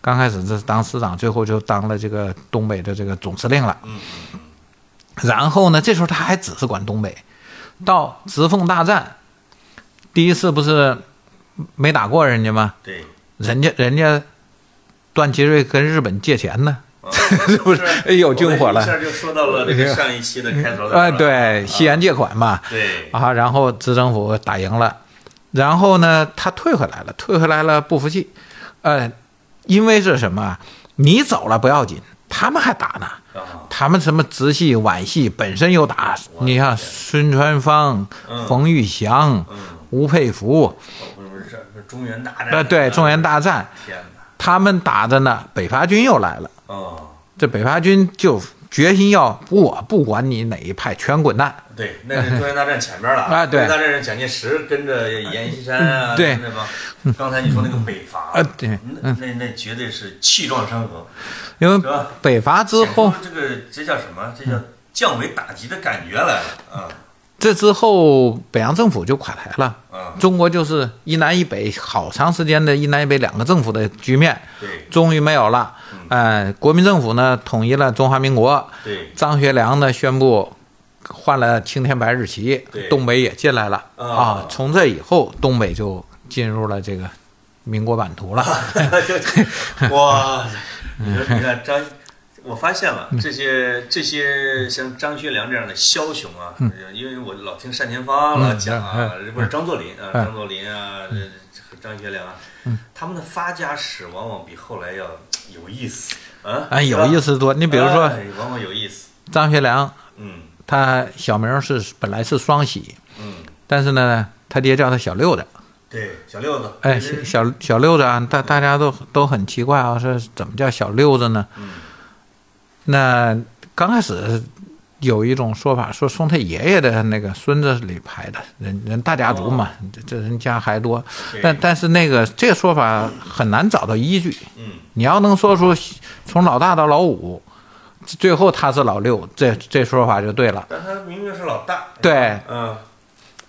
S2: 刚开始是当师长，最后就当了这个东北的这个总司令了。
S1: 嗯
S2: 然后呢，这时候他还只是管东北，到直奉大战，第一次不是没打过人家吗？
S1: 对，
S2: 人家人家段祺瑞跟日本借钱呢，
S1: 啊
S2: 是不是？哎呦，军火
S1: 我们一
S2: 了。
S1: 下就说到了这个上一期的开头的。
S2: 哎，对，西
S1: 安，
S2: 安借款嘛。
S1: 对，
S2: 啊，然后执政府打赢了，然后呢，他退回来了，退回来了不服气，呃，因为是什么啊？你走了不要紧，他们还打呢，
S1: 啊，
S2: 他们什么直系、皖系本身有打，
S1: 我
S2: 你
S1: 天
S2: 看孙传芳、
S1: 嗯
S2: 冯玉祥、
S1: 嗯，
S2: 吴佩孚，
S1: 哦不是不是这中原大战，
S2: 呃，对，中原，大战，
S1: 天哪，
S2: 他们打着呢，北伐军又来了，
S1: 哦，
S2: 这北伐军就决心要我不管你哪一派，全滚蛋。
S1: 对，那是中原大战前边了
S2: 啊对
S1: 中原大战是蒋介石跟着阎锡山啊，
S2: 嗯对
S1: 那帮。刚才你说那个北伐
S2: 啊对
S1: 那那那绝对是气壮山河，
S2: 因为
S1: 是吧？
S2: 北伐之
S1: 显出
S2: 后，
S1: 这个这叫什么？这叫降维打击的感觉来了，啊
S2: 这之后北洋政府就垮台了。
S1: 啊，
S2: 中国就是一南一北好长时间的一南一北两个政府的局面，
S1: 对
S2: 终于没有了。呃，国民政府呢统一了中华民国，
S1: 对，
S2: 张学良呢宣布换了青天白日旗
S1: 对，
S2: 东北也进来了
S1: 啊
S2: 啊。从这以后，东北就进入了这个民国版图了。
S1: 哇，你说你看张，我发现了
S2: 嗯
S1: 这些这些像张学良这样的枭雄啊，
S2: 嗯
S1: 因为我老听单田芳老讲
S2: 哎
S1: 啊，不是张作霖啊，
S2: 嗯
S1: 张作霖啊，这张学良啊，他们的发家史往往比后来要有意思啊，
S2: 哎，有意
S1: 思。
S2: 思多。你比如说
S1: 哎，往往有意思，
S2: 张学良，
S1: 嗯
S2: 他小名是本来是双喜，
S1: 嗯，
S2: 但是呢，他爹叫他小六子。
S1: 对，小六子，
S2: 哎，
S1: 这
S2: 小
S1: 是
S2: 小小六子啊，大大家都都很奇怪啊，说怎么叫小六子呢？
S1: 嗯
S2: 那刚开始有一种说法，说从他爷爷的那个孙子里排的，人人大家族嘛，这这人家还多。
S1: 哦对
S2: 但但是那个这个说法很难找到依据。
S1: 嗯
S2: 你要能说出从老大到老五，最后他是老六，这这说法就对了。
S1: 但他明明是老大。
S2: 对，
S1: 嗯，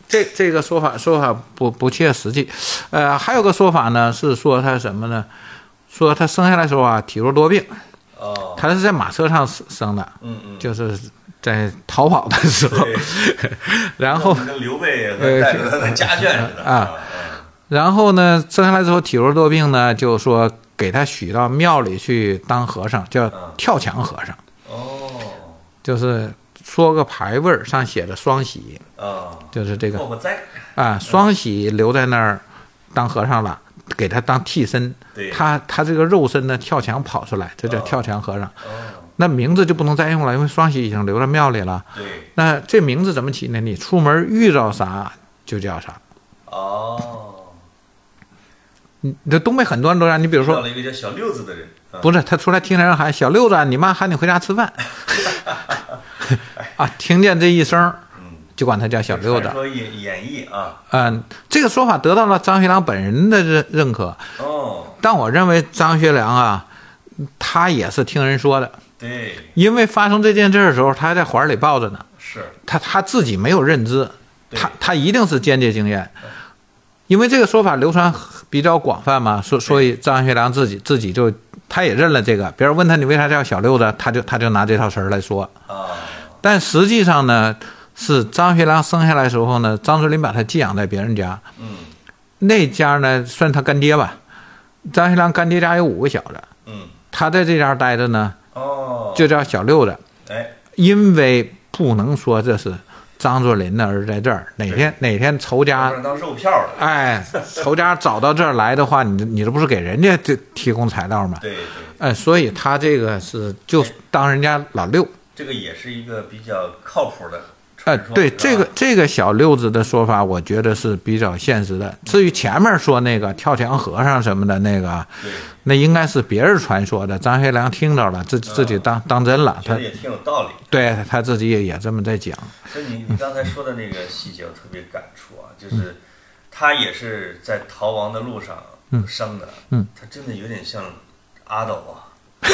S2: 这这个说法说法不不切实际，呃，还有个说法呢是说他什么呢？说他生下来的时候啊体弱多病，
S1: 哦，
S2: 他是在马车上生生的，
S1: 嗯嗯，
S2: 就是在逃跑的时候，
S1: 对
S2: 然后呃
S1: 跟刘备和带着他的家眷似的
S2: 啊然后呢生下来之后体弱多病呢，就说给他许到庙里去当和尚，叫
S1: 嗯
S2: 跳墙和尚，
S1: 嗯哦，
S2: 就是说个牌位儿上写着双喜，
S1: 啊，
S2: 就是这个
S1: 莫过灾，
S2: 啊，双喜留在那儿当和尚了，给他当替身。
S1: 对，
S2: 他他这个肉身呢，跳墙跑出来，这叫
S1: 哦
S2: 跳墙和尚。
S1: 哦，
S2: 那名字就不能再用了，因为双喜已经留在庙里了。
S1: 对，
S2: 那这名字怎么起呢？你出门遇到啥就叫啥。
S1: 哦，
S2: 你这东北很多人都让你，比如
S1: 遇到
S2: 说
S1: 了一个叫小六子的人，啊
S2: 不是他出来听人喊小六子啊，你妈喊你回家吃饭，啊，听见这一声
S1: 嗯，
S2: 就管他叫小六子
S1: 传。说演演绎啊，
S2: 嗯，这个说法得到了张学良本人的认认可。
S1: 哦，
S2: 但我认为张学良啊，他也是听人说的，
S1: 对，
S2: 因为发生这件事儿的时候，他还在怀里抱着呢，
S1: 是，
S2: 他他自己没有认知，
S1: 对
S2: 他他一定是间接经验，因为这个说法流传比较广泛嘛，所所以张学良自己自己就他也认了这个，别人问他你为啥叫小六子，他就他就拿这套词儿来说，
S1: 啊，
S2: 但实际上呢，是张学良生下来的时候呢，张作霖把他寄养在别人家，
S1: 嗯
S2: 那家呢算他干爹吧，张学良干爹家有五个小子。
S1: 嗯，
S2: 他在这家待着呢，
S1: 哦，
S2: 就叫小六子，
S1: 哎，
S2: 因为不能说这是张作霖的儿子在这儿。哪天哪天仇
S1: 把
S2: 家，
S1: 人当肉票了，
S2: 哎，仇家找到这儿来的话，你你这不是给人家这提供材料吗？
S1: 对对。
S2: 哎，所以他这个是就当人家老六。
S1: 这个也是一个比较靠谱的传
S2: 哎，
S1: 说。啊
S2: 对
S1: 是吧
S2: 这个，这个小六子的说法，我觉得是比较现实的。至于前面说那个跳墙和尚什么的那个，
S1: 对，
S2: 那应该是别人传说的，张学良听着了，自自己
S1: 嗯
S2: 当当真了，
S1: 觉
S2: 啊他
S1: 得也挺有道理。
S2: 对他自己也也这么在讲。
S1: 就你你刚才说的那个细节，我特别感触啊，
S2: 嗯
S1: 就是他也是在逃亡的路上生的，
S2: 嗯
S1: 他真的有点像阿斗 啊，啊，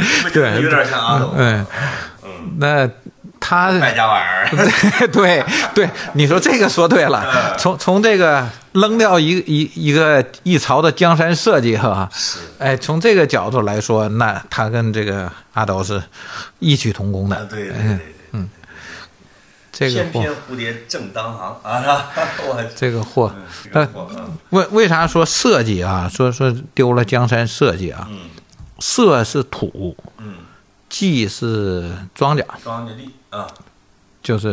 S1: 是不是真的有点像阿斗，嗯，
S2: 嗯，
S1: 哎
S2: 那他
S1: 败家玩意
S2: 嗯
S1: 儿，
S2: 对对，你说这个说对了，从从这个扔掉一一一个一朝的江山社稷 哈，
S1: 是
S2: 哎，从这个角度来说，那他跟这个阿斗是异曲同工
S1: 啊
S2: 的，。
S1: 对对对对，
S2: 哎嗯这个
S1: 翩
S2: 货
S1: 翩蝴蝶正当行啊，是 吧？我
S2: 这个货，
S1: 嗯，这个货啊，
S2: 为为啥说社稷啊？说说丢了江山社稷啊？
S1: 嗯
S2: 社是土，
S1: 嗯，
S2: 稷是庄稼，
S1: 庄稼地啊，
S2: 就是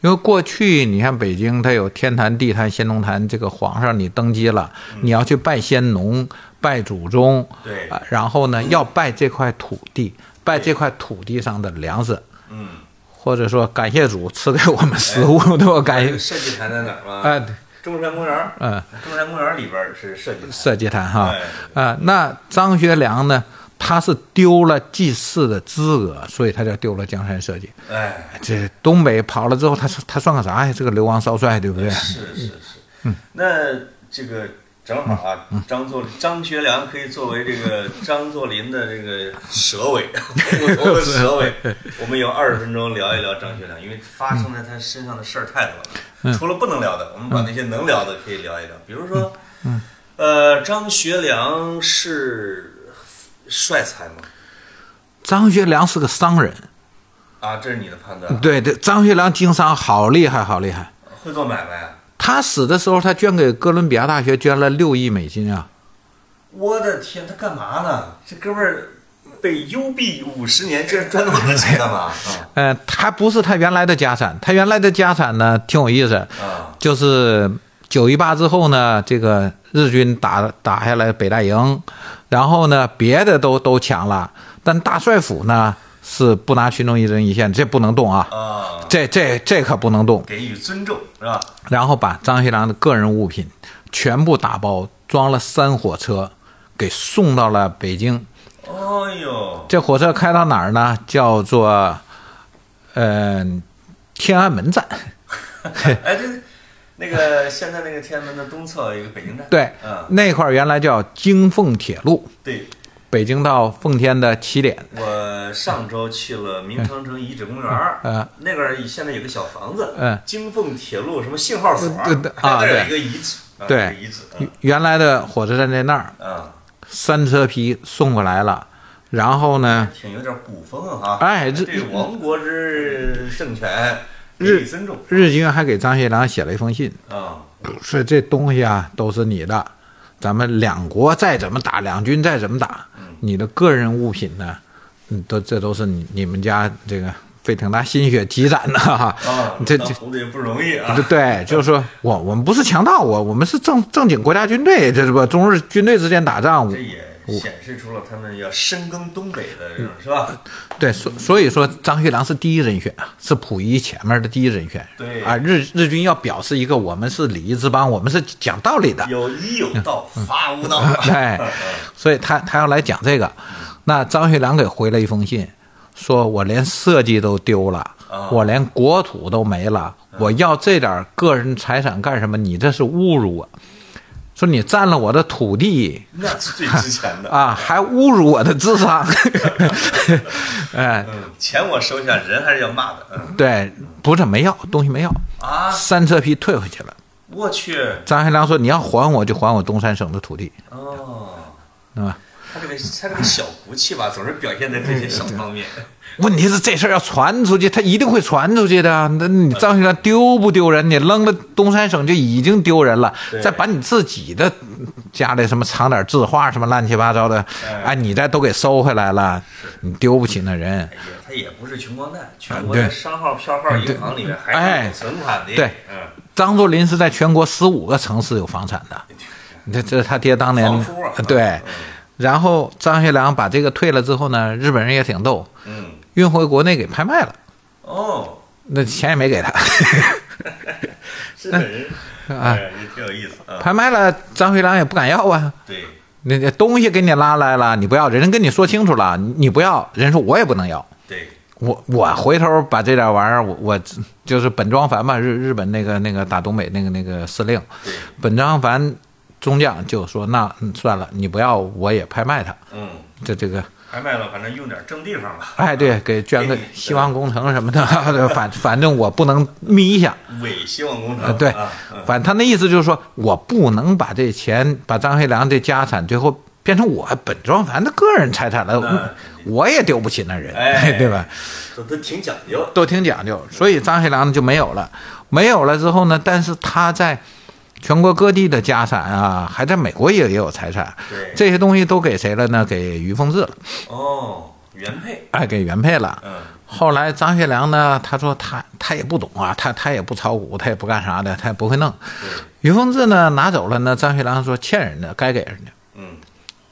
S2: 因为过去你看北京，它有天坛、地坛、先农坛，这个皇上你登基了，你要去拜先农、拜祖宗，
S1: 嗯对，
S2: 啊，然后呢要拜这块土地，拜这块土地上的粮食，
S1: 嗯，
S2: 或者说感谢主赐给我们食物，
S1: 哎
S2: 对吧？感谢，
S1: 设计坛在哪儿吗？
S2: 啊，对
S1: 中山公园儿，
S2: 哎嗯，
S1: 中山公园儿里边儿是设计坛，
S2: 社稷坛哈
S1: 哎，
S2: 啊，那张学良呢，他是丢了祭祀的资格，所以他叫丢了江山社稷。
S1: 哎，
S2: 这东北跑了之后，他是他算个啥呀？这个流亡少帅，对不对？
S1: 哎是是是，那这个正好啊，
S2: 嗯
S1: 张作张学良可以作为这 个张作霖的这个蛇尾，我们蛇尾，我们有二十分钟聊一聊张学良，因为发生在他身上的事儿太多
S2: 嗯
S1: 了，除了不能聊的，我们把那些能聊的可以聊一聊，比如说，
S2: 嗯
S1: 呃，张学良是帅才吗？
S2: 张学良是个商人，
S1: 啊，这是你的判断啊，
S2: 对对，张学良经商好厉害，好厉害。
S1: 会做买卖啊？
S2: 他死的时候，他捐给哥伦比亚大学捐了六亿美金啊！
S1: 我的天，他干嘛呢？这哥们儿被幽闭五十年，这赚那么多钱干 嘛？
S2: 呃，他不是他原来的家产，他原来的家产呢挺有意思，
S1: 啊啊，
S2: 就是九一八之后呢，这个日军打打下来北大营，然后呢别的都都抢了，但大帅府呢是不拿群众一针一线，这不能动啊，
S1: 啊，
S2: 这这这可不能动。
S1: 给予尊重是吧？
S2: 然后把张学良的个人物品全部打包，装了三火车，给送到了北京。
S1: 哎 呦，
S2: 这火车开到哪儿呢？叫做，嗯、天安门站。
S1: 哎，这那个现在那个天安门的东侧有一个北京站，
S2: 对，
S1: 嗯，
S2: 那块儿原来叫京奉铁路，
S1: 对，
S2: 北京到奉天的起点，
S1: 我上周去了明长城遗址公园儿，
S2: 嗯嗯
S1: 那边现在有个小房子，
S2: 嗯
S1: 京奉铁路什么信号所，
S2: 对对啊
S1: 那儿有
S2: 对
S1: 一个遗址，啊
S2: 对
S1: 有一个遗址，嗯
S2: 原来的火车站在那儿，
S1: 啊，
S2: 三车皮送过来了，然后呢，
S1: 挺有点古风啊哈，
S2: 哎这
S1: 对亡国之政权
S2: 日
S1: 予以尊重
S2: 日军还给张学良写了一封信，
S1: 啊，
S2: 说这东西啊都是你的，咱们两国再怎么打，两军再怎么打，你的个人物品呢，嗯，都这都是你你们家这个费挺大心血积攒的哈、
S1: 啊，
S2: 这
S1: 当
S2: 这
S1: 猴子也不容易啊
S2: 对，对，就是说我我们不是强盗，我我们是正正经国家军队，这是吧？中日军队之间打仗，
S1: 这也显示出了他们要深耕东北的这种
S2: 嗯
S1: 是吧？
S2: 对，所所以说张学良是第一人选啊，是溥仪前面的第一人选。
S1: 对
S2: 啊，日日军要表示一个我们是礼仪之邦，我们是讲道理的。
S1: 有医有
S2: 嗯
S1: 道，法无 道，
S2: 对，哎所以他他要来讲这个，那张学良给回了一封信，说我连设计都丢了
S1: 啊，嗯
S2: 我连国土都没了，我要这点个人财产干什么？你这是侮辱我，说你占了我的土地
S1: 那是最值钱的。
S2: 啊，还侮辱我的智 商， 哎，
S1: 嗯，钱我收下，人还是要骂的。嗯
S2: 对，不是没要东西没要，
S1: 啊，
S2: 三车皮退回去了。
S1: 我去，
S2: 张学良说：“你要还我，就还我东三省的土地，
S1: 哦，
S2: 对吧？
S1: 他这个他这个小骨气吧，总是表现在
S2: 嗯
S1: 这些小方面。
S2: 问题是这事儿要传出去，他一定会传出去的。那你张学良丢不丢人？你扔了东三省就已经丢人了
S1: 对，
S2: 再把你自己的家里什么藏点字画什么乱七八糟的，哎，你再都给收回来了，你丢不起那人
S1: 哎。呀，他也不是穷光蛋，全国的
S2: 啊对哎
S1: 商号、票号银行里面还是有存款的。
S2: 对
S1: 嗯，
S2: 张作霖是在全国十五个城市有房产的，这这是他爹当年
S1: 房叔啊，
S2: 对。然后张学良把这个退了之后呢，日本人也挺逗，
S1: 嗯，
S2: 运回国内给拍卖了，
S1: 哦，
S2: 那钱也没给他。”
S1: 嗯这个人哎呀，也挺有意思啊。
S2: 拍卖了，张学良也不敢要啊。
S1: 对，
S2: 那那东西给你拉来了，你不要，人家跟你说清楚了，你你不要，人说我也不能要，
S1: 对，
S2: 我我回头把这点玩意儿，我我就是本庄繁嘛，日日本那个那个打东北那个那个司令
S1: 对，
S2: 本庄繁中将就说那嗯算了，你不要我也拍卖它，
S1: 嗯，
S2: 这这个
S1: 拍卖了，反正用点正地方吧，
S2: 哎对，给捐个
S1: 给你
S2: 希望工程什么的， 反反正我不能眯一下，
S1: 伪希望工
S2: 呃，
S1: 程。
S2: 对
S1: 啊，嗯，
S2: 反正他那意思就是说，我不能把这钱，把张学良这家产最后变成我本庄繁的个人财产了，
S1: 那
S2: 我我也丢不起那人，
S1: 嗯哎
S2: 对吧？
S1: 都都挺讲究。
S2: 都挺讲究，所以张学良就没有了。没有了之后呢，但是他在全国各地的家产啊，还在美国也也有财产，
S1: 对，
S2: 这些东西都给谁了呢？给于凤至了，
S1: 哦，原配，
S2: 哎，给原配了。
S1: 嗯，
S2: 后来张学良呢，他说他他也不懂啊，他他也不炒股，他也不干啥的，他也不会弄。
S1: 对，
S2: 于凤至呢拿走了呢，张学良说欠人的该给人家，
S1: 嗯，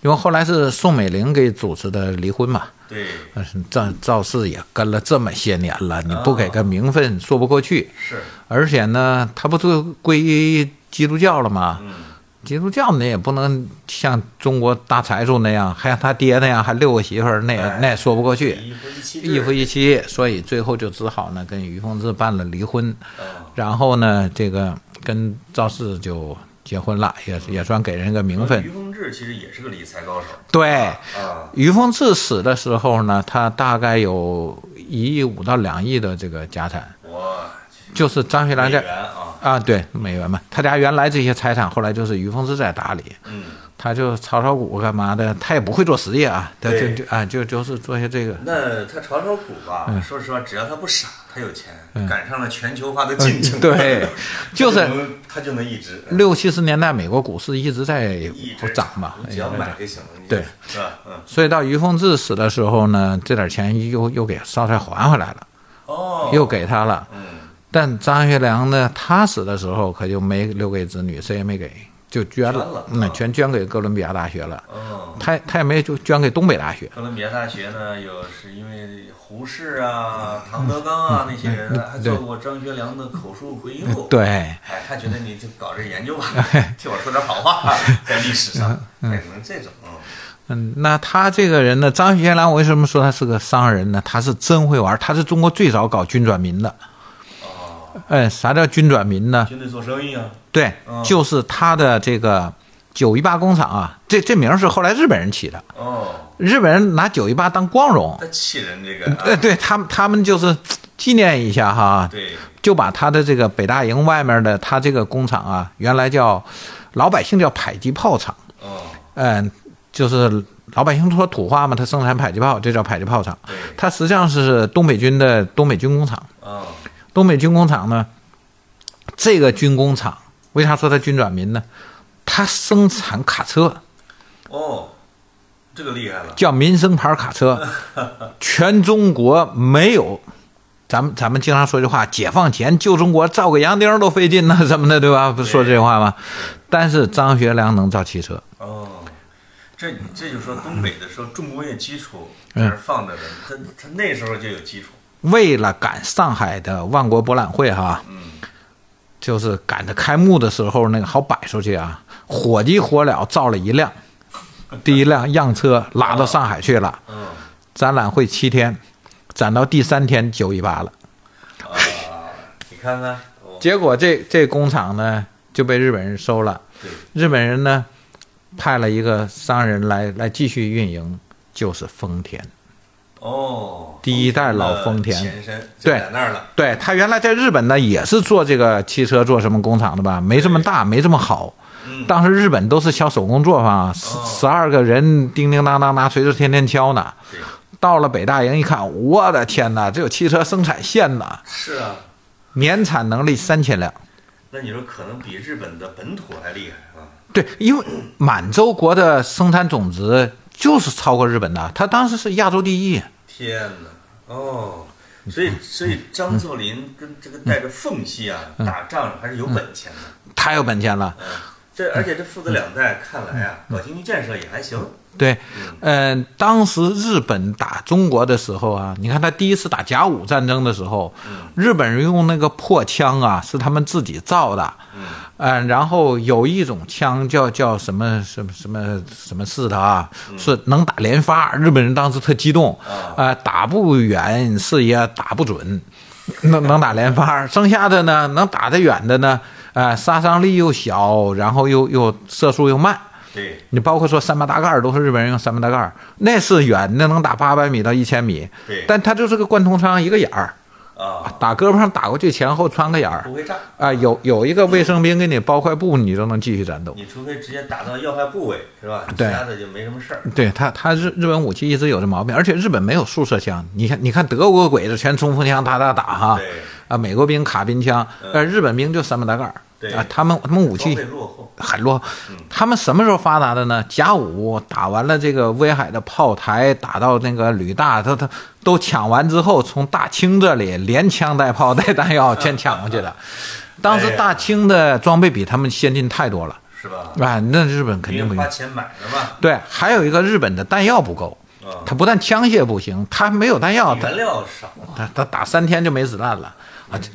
S2: 因为后来是宋美龄给主持的离婚嘛，
S1: 对，
S2: 但是赵赵氏也跟了这么些年了，你不给个名分说不过去。
S1: 是，
S2: 而且呢，他不就归基督教了吗？
S1: 嗯，
S2: 基督教你也不能像中国大财主那样，还像他爹那样，还六个媳妇儿，那也
S1: 哎
S2: 那也说不过去。
S1: 一夫一妻制，
S2: 一夫一妻，所以最后就只好呢跟于凤至办了离婚。
S1: 啊，
S2: 然后呢，这个跟赵四就结婚了，也也算给人个名
S1: 啊于
S2: 分。
S1: 凤至其实也是个理财高手
S2: 对，
S1: 啊，
S2: 于凤至死的时候呢，他大概有一亿五到两亿的这个家产，
S1: 我
S2: 就是张学良
S1: 美
S2: 在
S1: 元啊，
S2: 啊，对美元嘛，他家原来这些财产后来就是于凤至在打理，
S1: 嗯，
S2: 他就炒炒股干嘛的，他也不会做实业啊，他就
S1: 对
S2: 就啊就就是做些 这个。
S1: 那他炒炒股吧，说实话，只要他不傻，他有钱，赶上了全球化的进 程，
S2: 对，就是
S1: 能他就能一直
S2: 六七十年代美国股市一直在
S1: 一直
S2: 涨嘛，哎
S1: 你只要买就行了，你
S2: 对，
S1: 是吧？嗯，
S2: 所以到于凤至死的时候呢，这点钱又又给少帅还回来了，
S1: 哦，
S2: 又给他了。
S1: 嗯，
S2: 但张学良呢，他死的时候可就没留给子女，谁也没给，就捐
S1: 捐了
S2: 了，那、
S1: 啊
S2: 全捐给哥伦比亚大学了。
S1: 哦。
S2: 他他也没就捐给东北大学，
S1: 哥伦比亚大学呢，有是因为胡适啊、唐德刚
S2: 嗯
S1: 啊那些人还做过张学良的口述回忆录，
S2: 对
S1: 哎，他觉得你就搞这研究吧， 替我说点好话，在历史上，哎，能这种，嗯
S2: 嗯，那他这个人呢，张学良，我为什么说他是个商人呢？他是真会玩，他是中国最早搞军转民的。
S1: 哦，
S2: 嗯，啥叫军转民呢？
S1: 军队做生意啊，
S2: 对
S1: 嗯，
S2: 就是他的这个九一八工厂啊，这这名儿是后来日本人起的，
S1: 哦，
S2: 日本人拿九一八当光荣，
S1: 他气人这个
S2: 呃，
S1: 啊，
S2: 对他们他们就是嘖纪念一下哈，
S1: 对，
S2: 就把他的这个北大营外面的他这个工厂啊，原来叫老百姓叫迫击炮厂，
S1: 哦，
S2: 嗯、就是老百姓说土话嘛，他生产迫击炮，这叫迫击炮厂。
S1: 对，
S2: 它实际上是东北军的东北军工厂。
S1: 哦，
S2: 东北军工厂呢，这个军工厂为啥说它军转民呢？它生产卡车，
S1: 哦，这个厉害了，
S2: 叫民生牌卡车，全中国没有。咱们咱们经常说这话，解放前旧中国造个洋钉儿都费劲呢，什么的，对吧？不是说这话吗？但是张学良能造汽车，
S1: 哦，这你这就说东北的时候重工业基础在
S2: 嗯
S1: 那儿放着呢，他他那时候就有基础，
S2: 为了赶上海的万国博览会哈、
S1: 嗯，
S2: 就是赶着开幕的时候，那个好摆出去啊，火急火燎造了一辆，第一辆样车拉到上海去了。
S1: 嗯，
S2: 展览会七天，展到第三天九一八了。
S1: 啊，你看看，哦，
S2: 结果这这工厂呢就被日本人收了，
S1: 对，
S2: 日本人呢派了一个商人来来继续运营，就是丰田。
S1: 哦，
S2: 第一代老丰田
S1: 前身就
S2: 对
S1: 在那儿了，
S2: 对他原来在日本呢也是做这个汽车做什么工厂的吧，没这么大，没这么好。
S1: 嗯，
S2: 当时日本都是小手工作坊，十
S1: 哦
S2: 十二个人叮叮当当拿锤子天天敲呢。
S1: 对，
S2: 到了北大营一看，我的天哪，这有汽车生产线呐，
S1: 是啊。
S2: 年产能力三千辆。
S1: 那你说可能比日本的本土还厉害啊？
S2: 对，因为满洲国的生产总值就是超过日本的，它当时是亚洲第一。
S1: 天哪！哦，所
S2: 嗯
S1: 以所以张作霖跟这个带着缝隙啊
S2: 嗯
S1: 打仗还是有本钱的。
S2: 太有本钱了，
S1: 嗯，这而且这父子两代看来啊，搞经济建设也还行。
S2: 对，嗯、当时日本打中国的时候啊，你看他第一次打甲午战争的时候，日本人用那个破枪啊，是他们自己造的，嗯、然后有一种枪叫叫什么什么什么什么似的啊，是能打连发，日本人当时特激动，
S1: 啊
S2: 呃，打不远是也打不准，能能打连发，剩下的呢能打得远的呢，呃，杀伤力又小，然后又又射速又慢。
S1: 对，
S2: 你包括说三八大盖儿都是日本人用三八大盖儿，那是远，那能打八百米到一千米
S1: 对，
S2: 但它就是个贯通枪一个眼儿，
S1: 啊，
S2: 打胳膊上打过去前后穿个眼儿
S1: 不会炸。
S2: 啊、有有一个卫生兵给你包块布，你就能继续战斗。
S1: 你除非直接打到要害部位是吧？其
S2: 对
S1: 他的就没什么事儿。
S2: 对他，他日日本武器一直有这毛病，而且日本没有速射枪。你看，你看德国鬼子全冲锋枪打打打哈，
S1: 对嗯
S2: 啊，美国兵卡宾枪，呃，日本兵就三八大盖儿，
S1: 对
S2: 啊，他们他们武器
S1: 装备落后。
S2: 海洛，他们什么时候发达的呢？甲午打完了这个威海的炮台，打到那个旅大，他他都抢完之后，从大清这里连枪带炮带弹药先抢过去的。当时大清的装备比他们先进太多了，
S1: 是吧？
S2: 啊，那日本肯
S1: 因
S2: 定不
S1: 为
S2: 行
S1: 花。钱买的嘛，
S2: 对，还有一个日本的弹药不够，
S1: 啊，
S2: 他不但枪械不行，他没有弹药，他
S1: 原料少，
S2: 他他打三天就没子弹了啊！这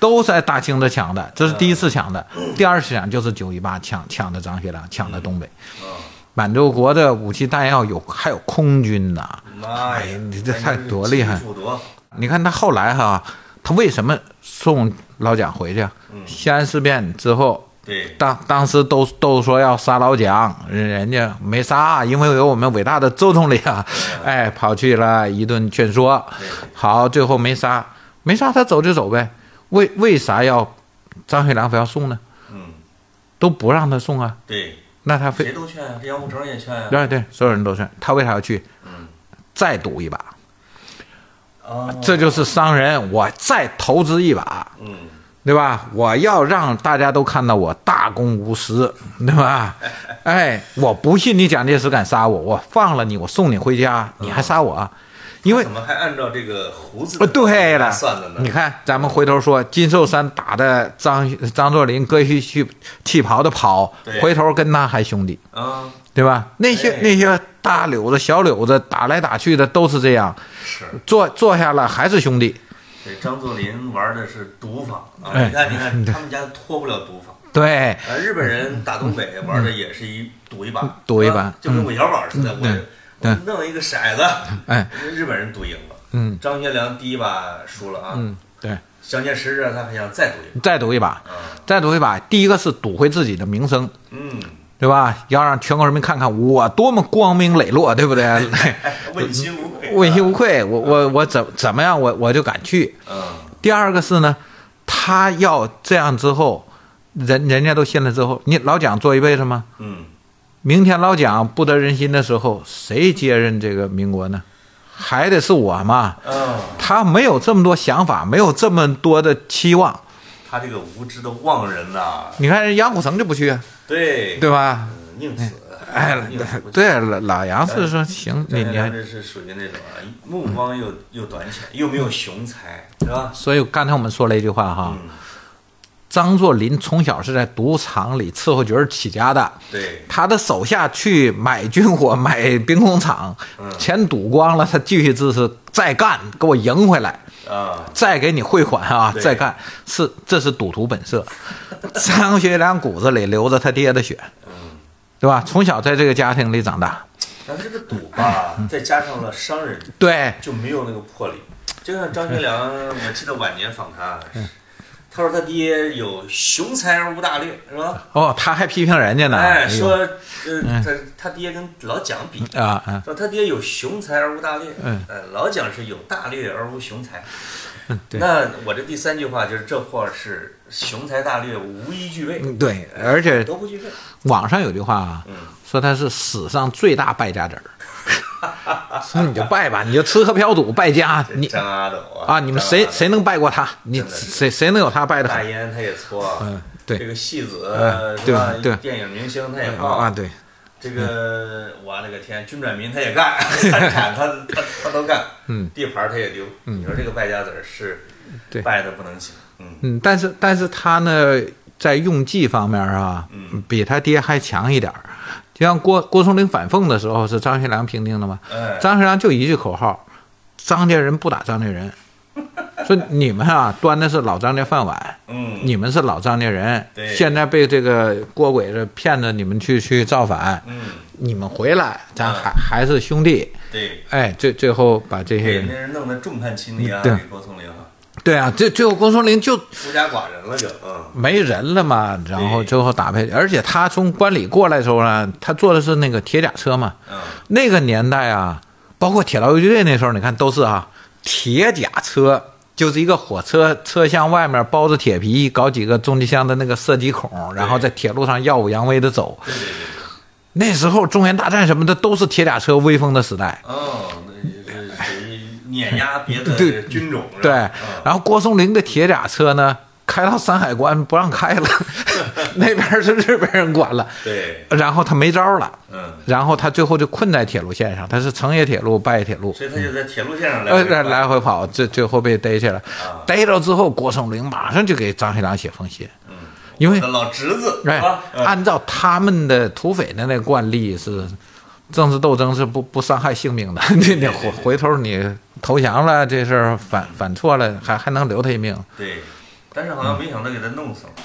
S2: 都在大清这抢的，这是第一次抢的，第二次抢就是九一八抢抢的张学良，抢的东北。
S1: 啊
S2: 满洲国的武器弹药有，还有空军呐、
S1: 妈
S2: 哎
S1: 呀，
S2: 呀你这太多厉害
S1: 技术多，
S2: 你看他后来哈，他为什么送老蒋回去啊？西安事变之后，
S1: 对，
S2: 当当时都都说要杀老蒋，人人家没杀，因为有我们伟大的周总理啊，哎，跑去了一顿劝说，好，最后没杀，没杀他走就走呗，为为啥要张学良非要送呢？
S1: 嗯，
S2: 都不让他送啊，
S1: 对，
S2: 那他非
S1: 谁都劝啊，这杨虎城也劝啊，
S2: 对对，所有人都劝他为啥要去？
S1: 嗯，
S2: 再赌一把，
S1: 哦，
S2: 这就是商人，我再投资一把，
S1: 嗯，
S2: 对吧？我要让大家都看到我大公无私，对吧？哎，我不信你蒋介石敢杀我，我放了你，我送你回家，你还杀我啊？因为
S1: 怎么还按照这个胡子
S2: 呃，对了，
S1: 算的呢？
S2: 你看，咱们回头说金寿山打的张张作霖割须去气袍的跑
S1: 对，
S2: 回头跟他还兄弟，
S1: 啊，
S2: 对吧？那些
S1: 哎
S2: 那些大柳子、小柳子打来打去的都是这样，
S1: 是，
S2: 坐坐下了还是兄弟。
S1: 这张作霖玩的是赌法啊！
S2: 哎
S1: 你看，你 看，他们家脱不了赌法。
S2: 对，
S1: 啊，日本
S2: 嗯
S1: 人打东北玩的也是一赌一把，
S2: 赌一把
S1: 啊就跟韦小宝似的，
S2: 嗯
S1: 我我弄一个骰子，
S2: 哎，
S1: 日本人赌赢了。
S2: 嗯
S1: 张学良第一把输了啊，
S2: 嗯，对，
S1: 蒋介石让他还想再赌一
S2: 再赌一把
S1: 把。啊，
S2: 再赌一把，第一个是赌回自己的名声，
S1: 嗯，
S2: 对吧？要让全国人民看看我多么光明磊落，对不对？
S1: 哎问心无愧，啊
S2: 嗯问心无愧，我我我怎怎么样，我我就敢去。
S1: 嗯，
S2: 第二个是呢，他要这样之后，人人家都信了之后，你老蒋做一辈子吗？
S1: 嗯
S2: 明天老蒋不得人心的时候，谁接任这个民国呢？还得是我嘛。
S1: 嗯，
S2: 他没有这么多想法，没有这么多的期望。
S1: 他这个无知的妄人呐、
S2: 你看人杨虎城就不去，啊
S1: 对，
S2: 对吧？
S1: 嗯宁死，
S2: 哎
S1: 宁死不，
S2: 对，老老杨是说行，你
S1: 张先
S2: 你
S1: 生
S2: 还
S1: 这是属于那种啊，目光又又短浅，又没有雄才，是吧？
S2: 所以刚才我们说了一句话哈，
S1: 嗯，
S2: 张作霖从小是在赌场里伺候角儿起家的，
S1: 对，
S2: 他的手下去买军火、买兵工厂
S1: 嗯，
S2: 钱赌光了，他继续支持，再干，给我赢回来，
S1: 啊，
S2: 再给你汇款啊，
S1: 对
S2: 再干，是这是赌徒 本色。张学良骨子里流着他爹的血，
S1: 嗯，
S2: 对吧？从小在这个家庭里长大，
S1: 但这个赌吧，再加上了商人，
S2: 对，
S1: 就没有那个魄力。就像张学良，我记得晚年访谈，
S2: 嗯
S1: 他说他爹有雄才而无大略，是吧？
S2: 哦，他还批评人家呢，
S1: 哎，
S2: 呦
S1: 说呃，
S2: 嗯
S1: 他他爹跟老蒋比，
S2: 啊啊，
S1: 说他爹有雄才而无大略，
S2: 嗯
S1: 呃，老蒋是有大略而无雄才。
S2: 对
S1: 那我这第三句话就是这货是雄才大略无一具备，
S2: 嗯对，而且
S1: 都不具备。
S2: 网上有句话啊，
S1: 嗯
S2: 说他是史上最大败家子儿， 说你就败吧，你就吃喝嫖赌败家，你
S1: 张阿斗啊，
S2: 啊，你们
S1: 张
S2: 谁
S1: 阿斗
S2: 谁能败过他？你
S1: 真的是
S2: 谁谁能有他败的
S1: 大
S2: 狠？
S1: 烟他也搓，
S2: 嗯，
S1: 这
S2: 对，
S1: 个戏子呃
S2: 哎
S1: 是吧
S2: 对对
S1: 电影明星他也
S2: 啊嗯啊
S1: 放，
S2: 对，
S1: 这个我勒个天，军转民他也干， 三产他他他都干，
S2: 嗯，
S1: 地盘他也丢，你说这个败家子儿是
S2: 对
S1: 败的不能行，嗯
S2: 嗯，但是但是他呢，在用计方面啊，
S1: 嗯
S2: 比他爹还强一点儿。就像郭郭松龄反讽的时候，是张学良评定的嘛？
S1: 哎，
S2: 张学良就一句口号：张家人不打张家 人。说你们啊，端的是老张家饭碗，
S1: 嗯
S2: 你们是老张家人
S1: 对，
S2: 现在被这个郭鬼子骗着，你们去去造反，
S1: 嗯，
S2: 你们回来，咱
S1: 嗯
S2: 还还是兄弟。
S1: 对，
S2: 哎，最最后把这些
S1: 给
S2: 人
S1: 那，人弄得众叛亲离啊，
S2: 对
S1: 给郭松龄啊
S2: 对啊，最最后郭松龄就
S1: 孤家寡人了就，嗯
S2: 没人了嘛，然后
S1: 对
S2: 最后打败，而且他从关里过来的时候呢，他坐的是那个铁甲车嘛，
S1: 嗯，
S2: 那个年代啊，包括铁道游击队那时候，你看都是啊，铁甲车就是一个火车车厢外面包着铁皮，搞几个重机枪的那个射击孔，然后在铁路上耀武扬威的走。
S1: 对对对对，
S2: 那时候中原大战什么的都是铁甲车威风的时代。
S1: 哦，那是属于碾压别的
S2: 对
S1: 军种，是吧
S2: 对，
S1: 嗯
S2: 然后郭松龄的铁甲车呢，开到山海关不让开了， 那边是日本人管了，
S1: 对，
S2: 然后他没招了，
S1: 嗯，
S2: 然后他最后就困在铁路线上，他是成也铁路，败也铁路。
S1: 所以他就在铁路线上来
S2: 呃，
S1: 回
S2: 来
S1: 转
S2: 来回跑，最最后被逮起来
S1: 啊，
S2: 逮着之后，郭松龄马上就给张学良写封信，
S1: 嗯
S2: 因为
S1: 我的老侄子，
S2: 哎
S1: 啊，，嗯
S2: 按照他们的土匪的那个惯例是，政治斗争是不不伤害性命 的，你你回回头你投降了，这事儿反反错了，还还能留他一命。
S1: 对，但是好像没想到给他弄死
S2: 嗯
S1: 了，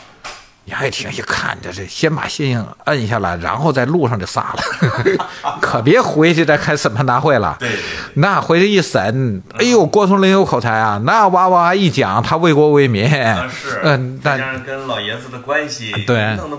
S2: 杨爱听一看，这是先把信摁下来，然后在路上就杀了， 可别回去再开审判大会了。
S1: 对嗯对对，
S2: 那回去一审，哎呦，郭松龄有口才啊！那哇哇一讲，他为国为民，
S1: 啊是，
S2: 嗯，
S1: 再
S2: 但啊
S1: 加上跟老爷子的关系，
S2: 对嗯
S1: 弄得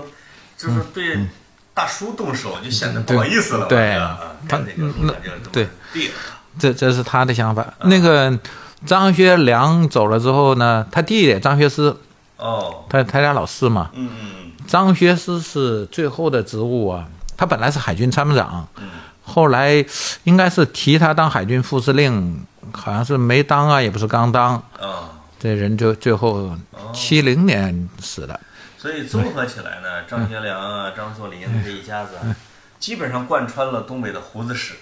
S1: 就是对大叔动手就显得不好意思了，
S2: 对
S1: 啊
S2: 他
S1: 干这个路上就这么
S2: 对
S1: 地了，
S2: 这这是他的想
S1: 啊
S2: 法。那个张学良走了之后呢，他弟弟张学思，
S1: 哦，
S2: 他他家老四嘛，
S1: 嗯嗯
S2: 张学思是最后的职务啊，他本来是海军参谋长，
S1: 嗯
S2: 后来应该是提他当海军副司令，好像是没当啊，也不是刚当，
S1: 嗯，啊。
S2: 这人就最后
S1: 哦
S2: 七零年死的。
S1: 所以综合起来呢，张学良啊、张作霖这一家子啊，基本上贯穿了东北的胡子史，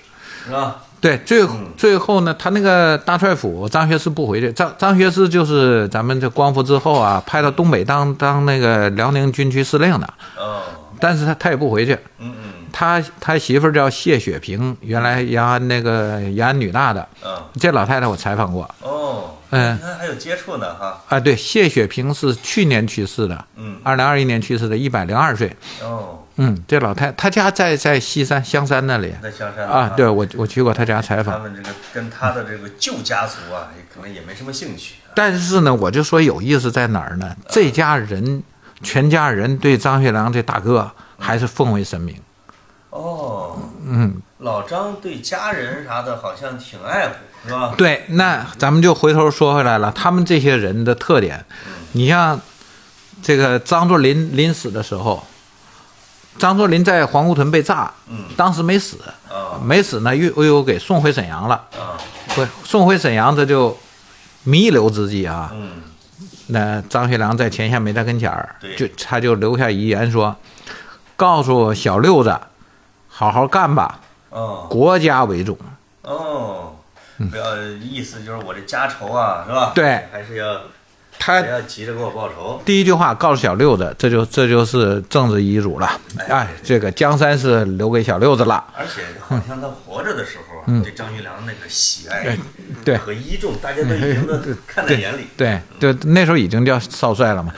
S1: 是吧？
S2: 对，最后
S1: 嗯
S2: 最后呢，他那个大帅府张学思不回去，张张学思就是咱们这光复之后啊，派到东北当当那个辽宁军区司令的，
S1: 哦，
S2: 但是他他也不回去，
S1: 嗯嗯
S2: 他他媳妇儿叫谢雪萍，原来延安那个延安女大的，
S1: 嗯，
S2: 这老太太我采访过
S1: 哦，
S2: 嗯
S1: 你看还有接触呢哈，
S2: 啊，对，谢雪萍是去年去世的，
S1: 嗯，
S2: 二零二一年去世的，一百零二岁，
S1: 哦，
S2: 嗯，这老太她家在在西山香山那里
S1: 在香山呢
S2: 啊，对，我我去过她家采访
S1: 他。们这个跟他的这个旧家族啊，也可能也没什么兴趣啊，
S2: 但是呢，我就说有意思在哪儿呢？这家人全家人对张学良这大哥还是奉为神明。
S1: 哦，
S2: 嗯，
S1: 老张对家人啥的好像挺爱护，是吧？
S2: 对，那咱们就回头说回来了，他们这些人的特点，你像这个张作霖临死的时候，张作霖在皇姑屯被炸，
S1: 嗯
S2: 当时没死，
S1: 啊
S2: 没死呢又又给送回沈阳了，
S1: 啊，
S2: 回送回沈阳这就弥留之际啊，
S1: 嗯
S2: 那张学良在前线没在跟前儿
S1: 对，
S2: 就他就留下遗言说，告诉小六子，好好干吧，
S1: 哦
S2: 国家为重。
S1: 哦，不要意思就是我这家仇啊，是吧？
S2: 嗯对，哎
S1: 还是要
S2: 他
S1: 不要急着给我报仇？
S2: 第一句话告诉小六子，这就这就是政治遗嘱了。哎，这个江山是留给小六子了。
S1: 而且好像他活着的时候，啊对张学良那个喜爱
S2: 嗯哎对哎
S1: 和依重，大家都已经都看在眼里。
S2: 对，就那时候已经叫少帅了嘛。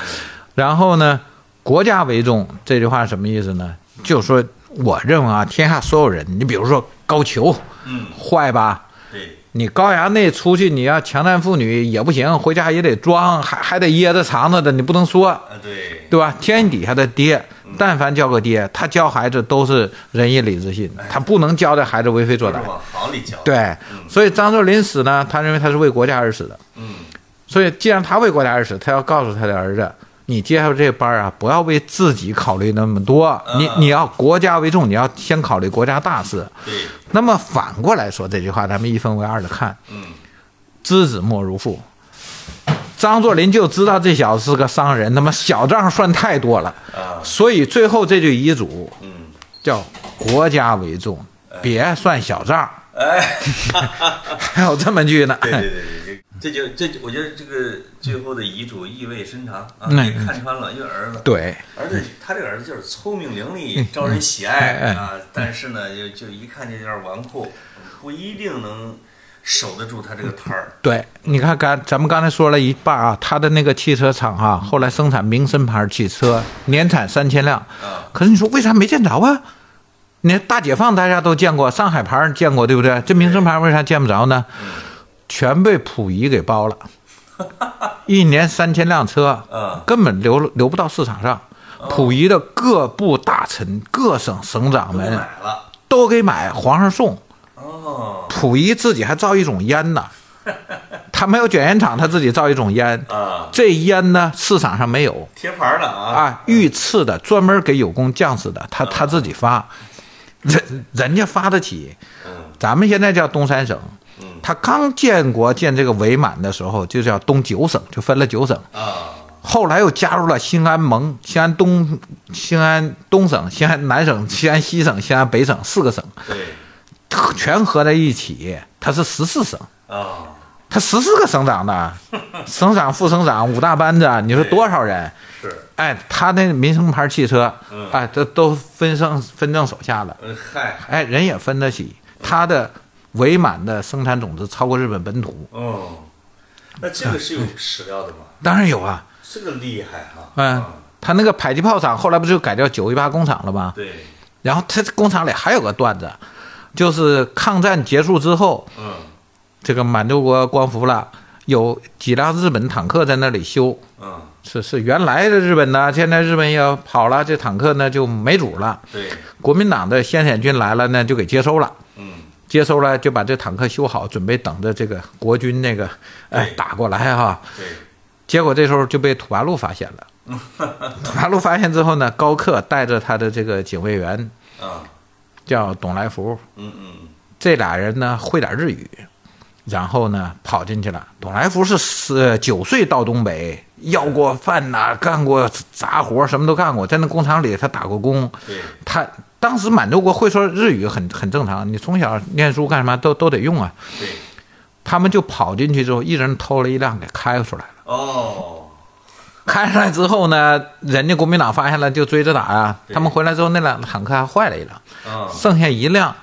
S2: 然后呢，国家为重这句话是什么意思呢？就说我认为啊，天下所有人，你比如说高俅，
S1: 嗯，
S2: 坏吧？
S1: 对，
S2: 你高衙内出去，你要强占妇女也不行，回家也得装，还还得掖着藏着的，你不能说，
S1: 啊对，
S2: 对吧？天底下的爹，但凡叫个爹，他教孩子都是仁义礼智信，他不能教这孩子为非
S1: 就
S2: 作
S1: 是
S2: 歹。
S1: 往好里教。，
S2: 对，所以张作霖死呢，他认为他是为国家而死的，
S1: 嗯，
S2: 所以既然他为国家而死，他要告诉他的儿子。你接下这班啊，不要为自己考虑那么多，你
S1: 嗯
S2: 你要国家为重，你要先考虑国家大事。
S1: 对，
S2: 那么反过来说这句话，咱们一分为二的看，
S1: 嗯，
S2: 知子莫如父。张作霖就知道这小子是个商人，他妈小账算太多了，
S1: 啊，
S2: 所以最后这句遗嘱
S1: 嗯，
S2: 叫“国家为重，别算小账
S1: 哎，哈哈”，
S2: 还有这么句呢。
S1: 哎对对对对，这就这就我觉得这个最后的遗嘱意味深长啊，
S2: 嗯
S1: 也看穿了，因为儿子，
S2: 对
S1: 儿子他这个儿子就是聪明伶俐，招人喜爱啊，但是呢，就就一看就有点纨绔，不一定能守得住他这个摊儿。
S2: 对，你看刚咱们刚才说了一半啊，他的那个汽车厂啊，后来生产民生牌汽车，年产三千辆，
S1: 啊，
S2: 可是你说为啥没见着啊？你看大解放大家都见过，上海牌见过，对不对？这民生牌为啥见不着呢？全被溥仪给 包了，一年三千辆车
S1: 嗯，
S2: 根本流流不到市场上。
S1: 哦
S2: 溥仪的各部大臣、各省省长
S1: 都
S2: 们
S1: 买了。
S2: 都给买，皇上送。
S1: 哦，
S2: 溥仪自己还造一种 烟呢，他没有卷烟厂，他自己造一种烟。
S1: 啊，
S2: 这烟呢，市场上没有，
S1: 贴牌儿的啊。
S2: 啊，御赐的，专门给有功将士的，他
S1: 哦
S2: 他自己发，人人家发得起。
S1: 嗯
S2: 咱们现在叫东三省
S1: 嗯，
S2: 他刚建国建这个伪满的时候，就叫东九省，就分了九省。
S1: 啊，
S2: 后来又加入了新安盟、新安东、新安东省、新安南省、新安西省、新安北省四个省，
S1: 对，
S2: 全合在一起，它是十四省。
S1: 啊，
S2: 他十四个省长呢，省长、副省长五大班子，你说多少人？
S1: 是，
S2: 哎，他那民生牌汽车
S1: 嗯，
S2: 哎，这都分剩分政手下了，
S1: 呃，嗨，
S2: 哎，人也分得起。他的伪满的生产总值超过日本本土，
S1: 哦，那这个是有史料的吗？
S2: 当然有啊，
S1: 这个厉害哈。
S2: 嗯
S1: 啊，
S2: 他那个迫击炮厂后来不就改叫九一八工厂了吗？
S1: 对，
S2: 然后他工厂里还有个段子，就是抗战结束之后，
S1: 嗯
S2: 这个满洲国光复了，有几辆日本坦克在那里修，
S1: 嗯，
S2: 是是原来的日本呢，现在日本要跑了，这坦克呢就没主了。
S1: 对，
S2: 国民党的先遣军来了呢，就给接收了。
S1: 嗯
S2: 接收了就把这坦克修好，准备等着这个国军那个哎
S1: 对
S2: 打过来哈。
S1: 对，
S2: 结果这时候就被土八路发现了。土八路发现之后呢，高克带着他的这个警卫员
S1: 啊，
S2: 叫董来福，
S1: 嗯嗯
S2: 这俩人呢会点日语，然后呢跑进去了。董来福是十九岁到东北，要过饭呐、干过杂活，什么都干过，在那工厂里他打过工。
S1: 嗯，对，
S2: 他当时满洲国会说日语很很正常，你从小念书干什么都都得用啊。
S1: 对，
S2: 他们就跑进去之后，一人偷了一辆给开出来了。
S1: 哦，
S2: 开出来之后呢，人家国民党发现了就追着打啊。
S1: 对
S2: 他们回来之后，那辆坦克还坏了一辆，
S1: 啊，
S2: 剩下一辆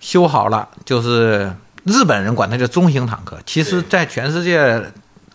S2: 修好了，就是日本人管它叫中型坦克，其实
S1: 对
S2: 在全世界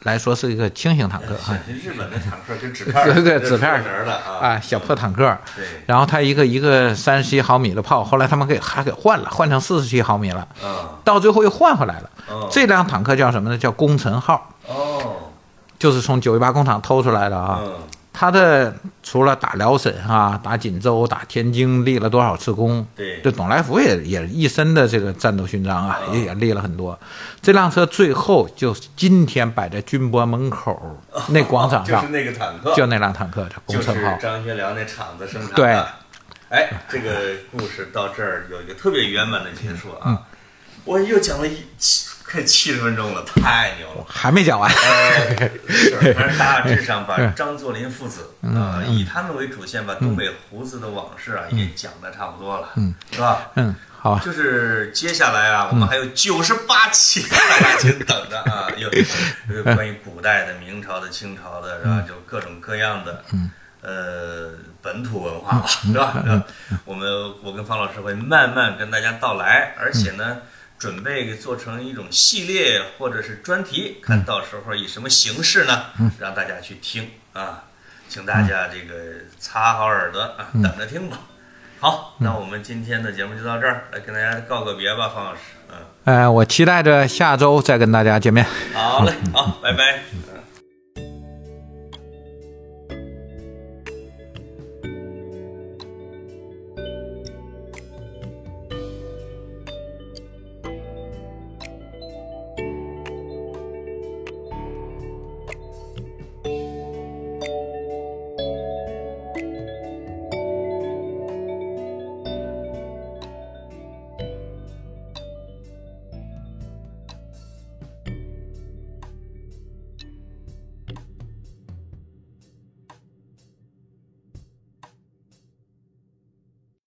S2: 来说是一个轻型坦克啊
S1: 日本的坦克跟纸片儿，
S2: 这个纸片儿
S1: 人的啊，
S2: 啊，小破坦克。
S1: 对，
S2: 然后它一个一个三十七毫米的炮，后来他们给还给换了，换成四十七毫米了。
S1: 啊，
S2: 到最后又换回来了。
S1: 哦
S2: 这辆坦克叫什么呢？叫工程号，
S1: 哦，
S2: 就是从九一八工厂偷出来的啊。
S1: 嗯，
S2: 他的除了打辽沈啊、打锦州、打天津立了多少次功？
S1: 对
S2: 这董来福也也一身的这个战斗勋章啊，
S1: 啊
S2: 也也立了很多。这辆车最后就是今天摆在军博门口那广场
S1: 啊就
S2: 上，
S1: 是那个坦克，
S2: 就那辆坦克，这
S1: 就
S2: 工程
S1: 是
S2: 号。
S1: 张学良那厂子生产的。
S2: 对，
S1: 哎，这个故事到这儿有一个特别圆满的结束啊！我又讲了一七快七十分钟了，太牛了！
S2: 还没讲完，
S1: 呃，是，反正大致上把张作霖父子啊、呃以他们为主线，把东北胡子的往事啊、也讲的差不多了，嗯，是吧？
S2: 嗯，好吧，
S1: 就是接下来啊，我们还有九十八期，大家请等着啊！有有关于古代的、明朝的、清朝的，是吧？就各种各样的，呃，本土文化吧，是吧？是吧我们我跟方老师会慢慢跟大家道来，而且呢，准备做成一种系列或者是专题，看到时候以什么形式呢，让大家去听啊，请大家这个擦好耳朵啊，等着听吧。好，那我们今天的节目就到这儿，来跟大家告个别吧，方老师。嗯，
S2: 呃，我期待着下周再跟大家见面。
S1: 好嘞，好，拜拜。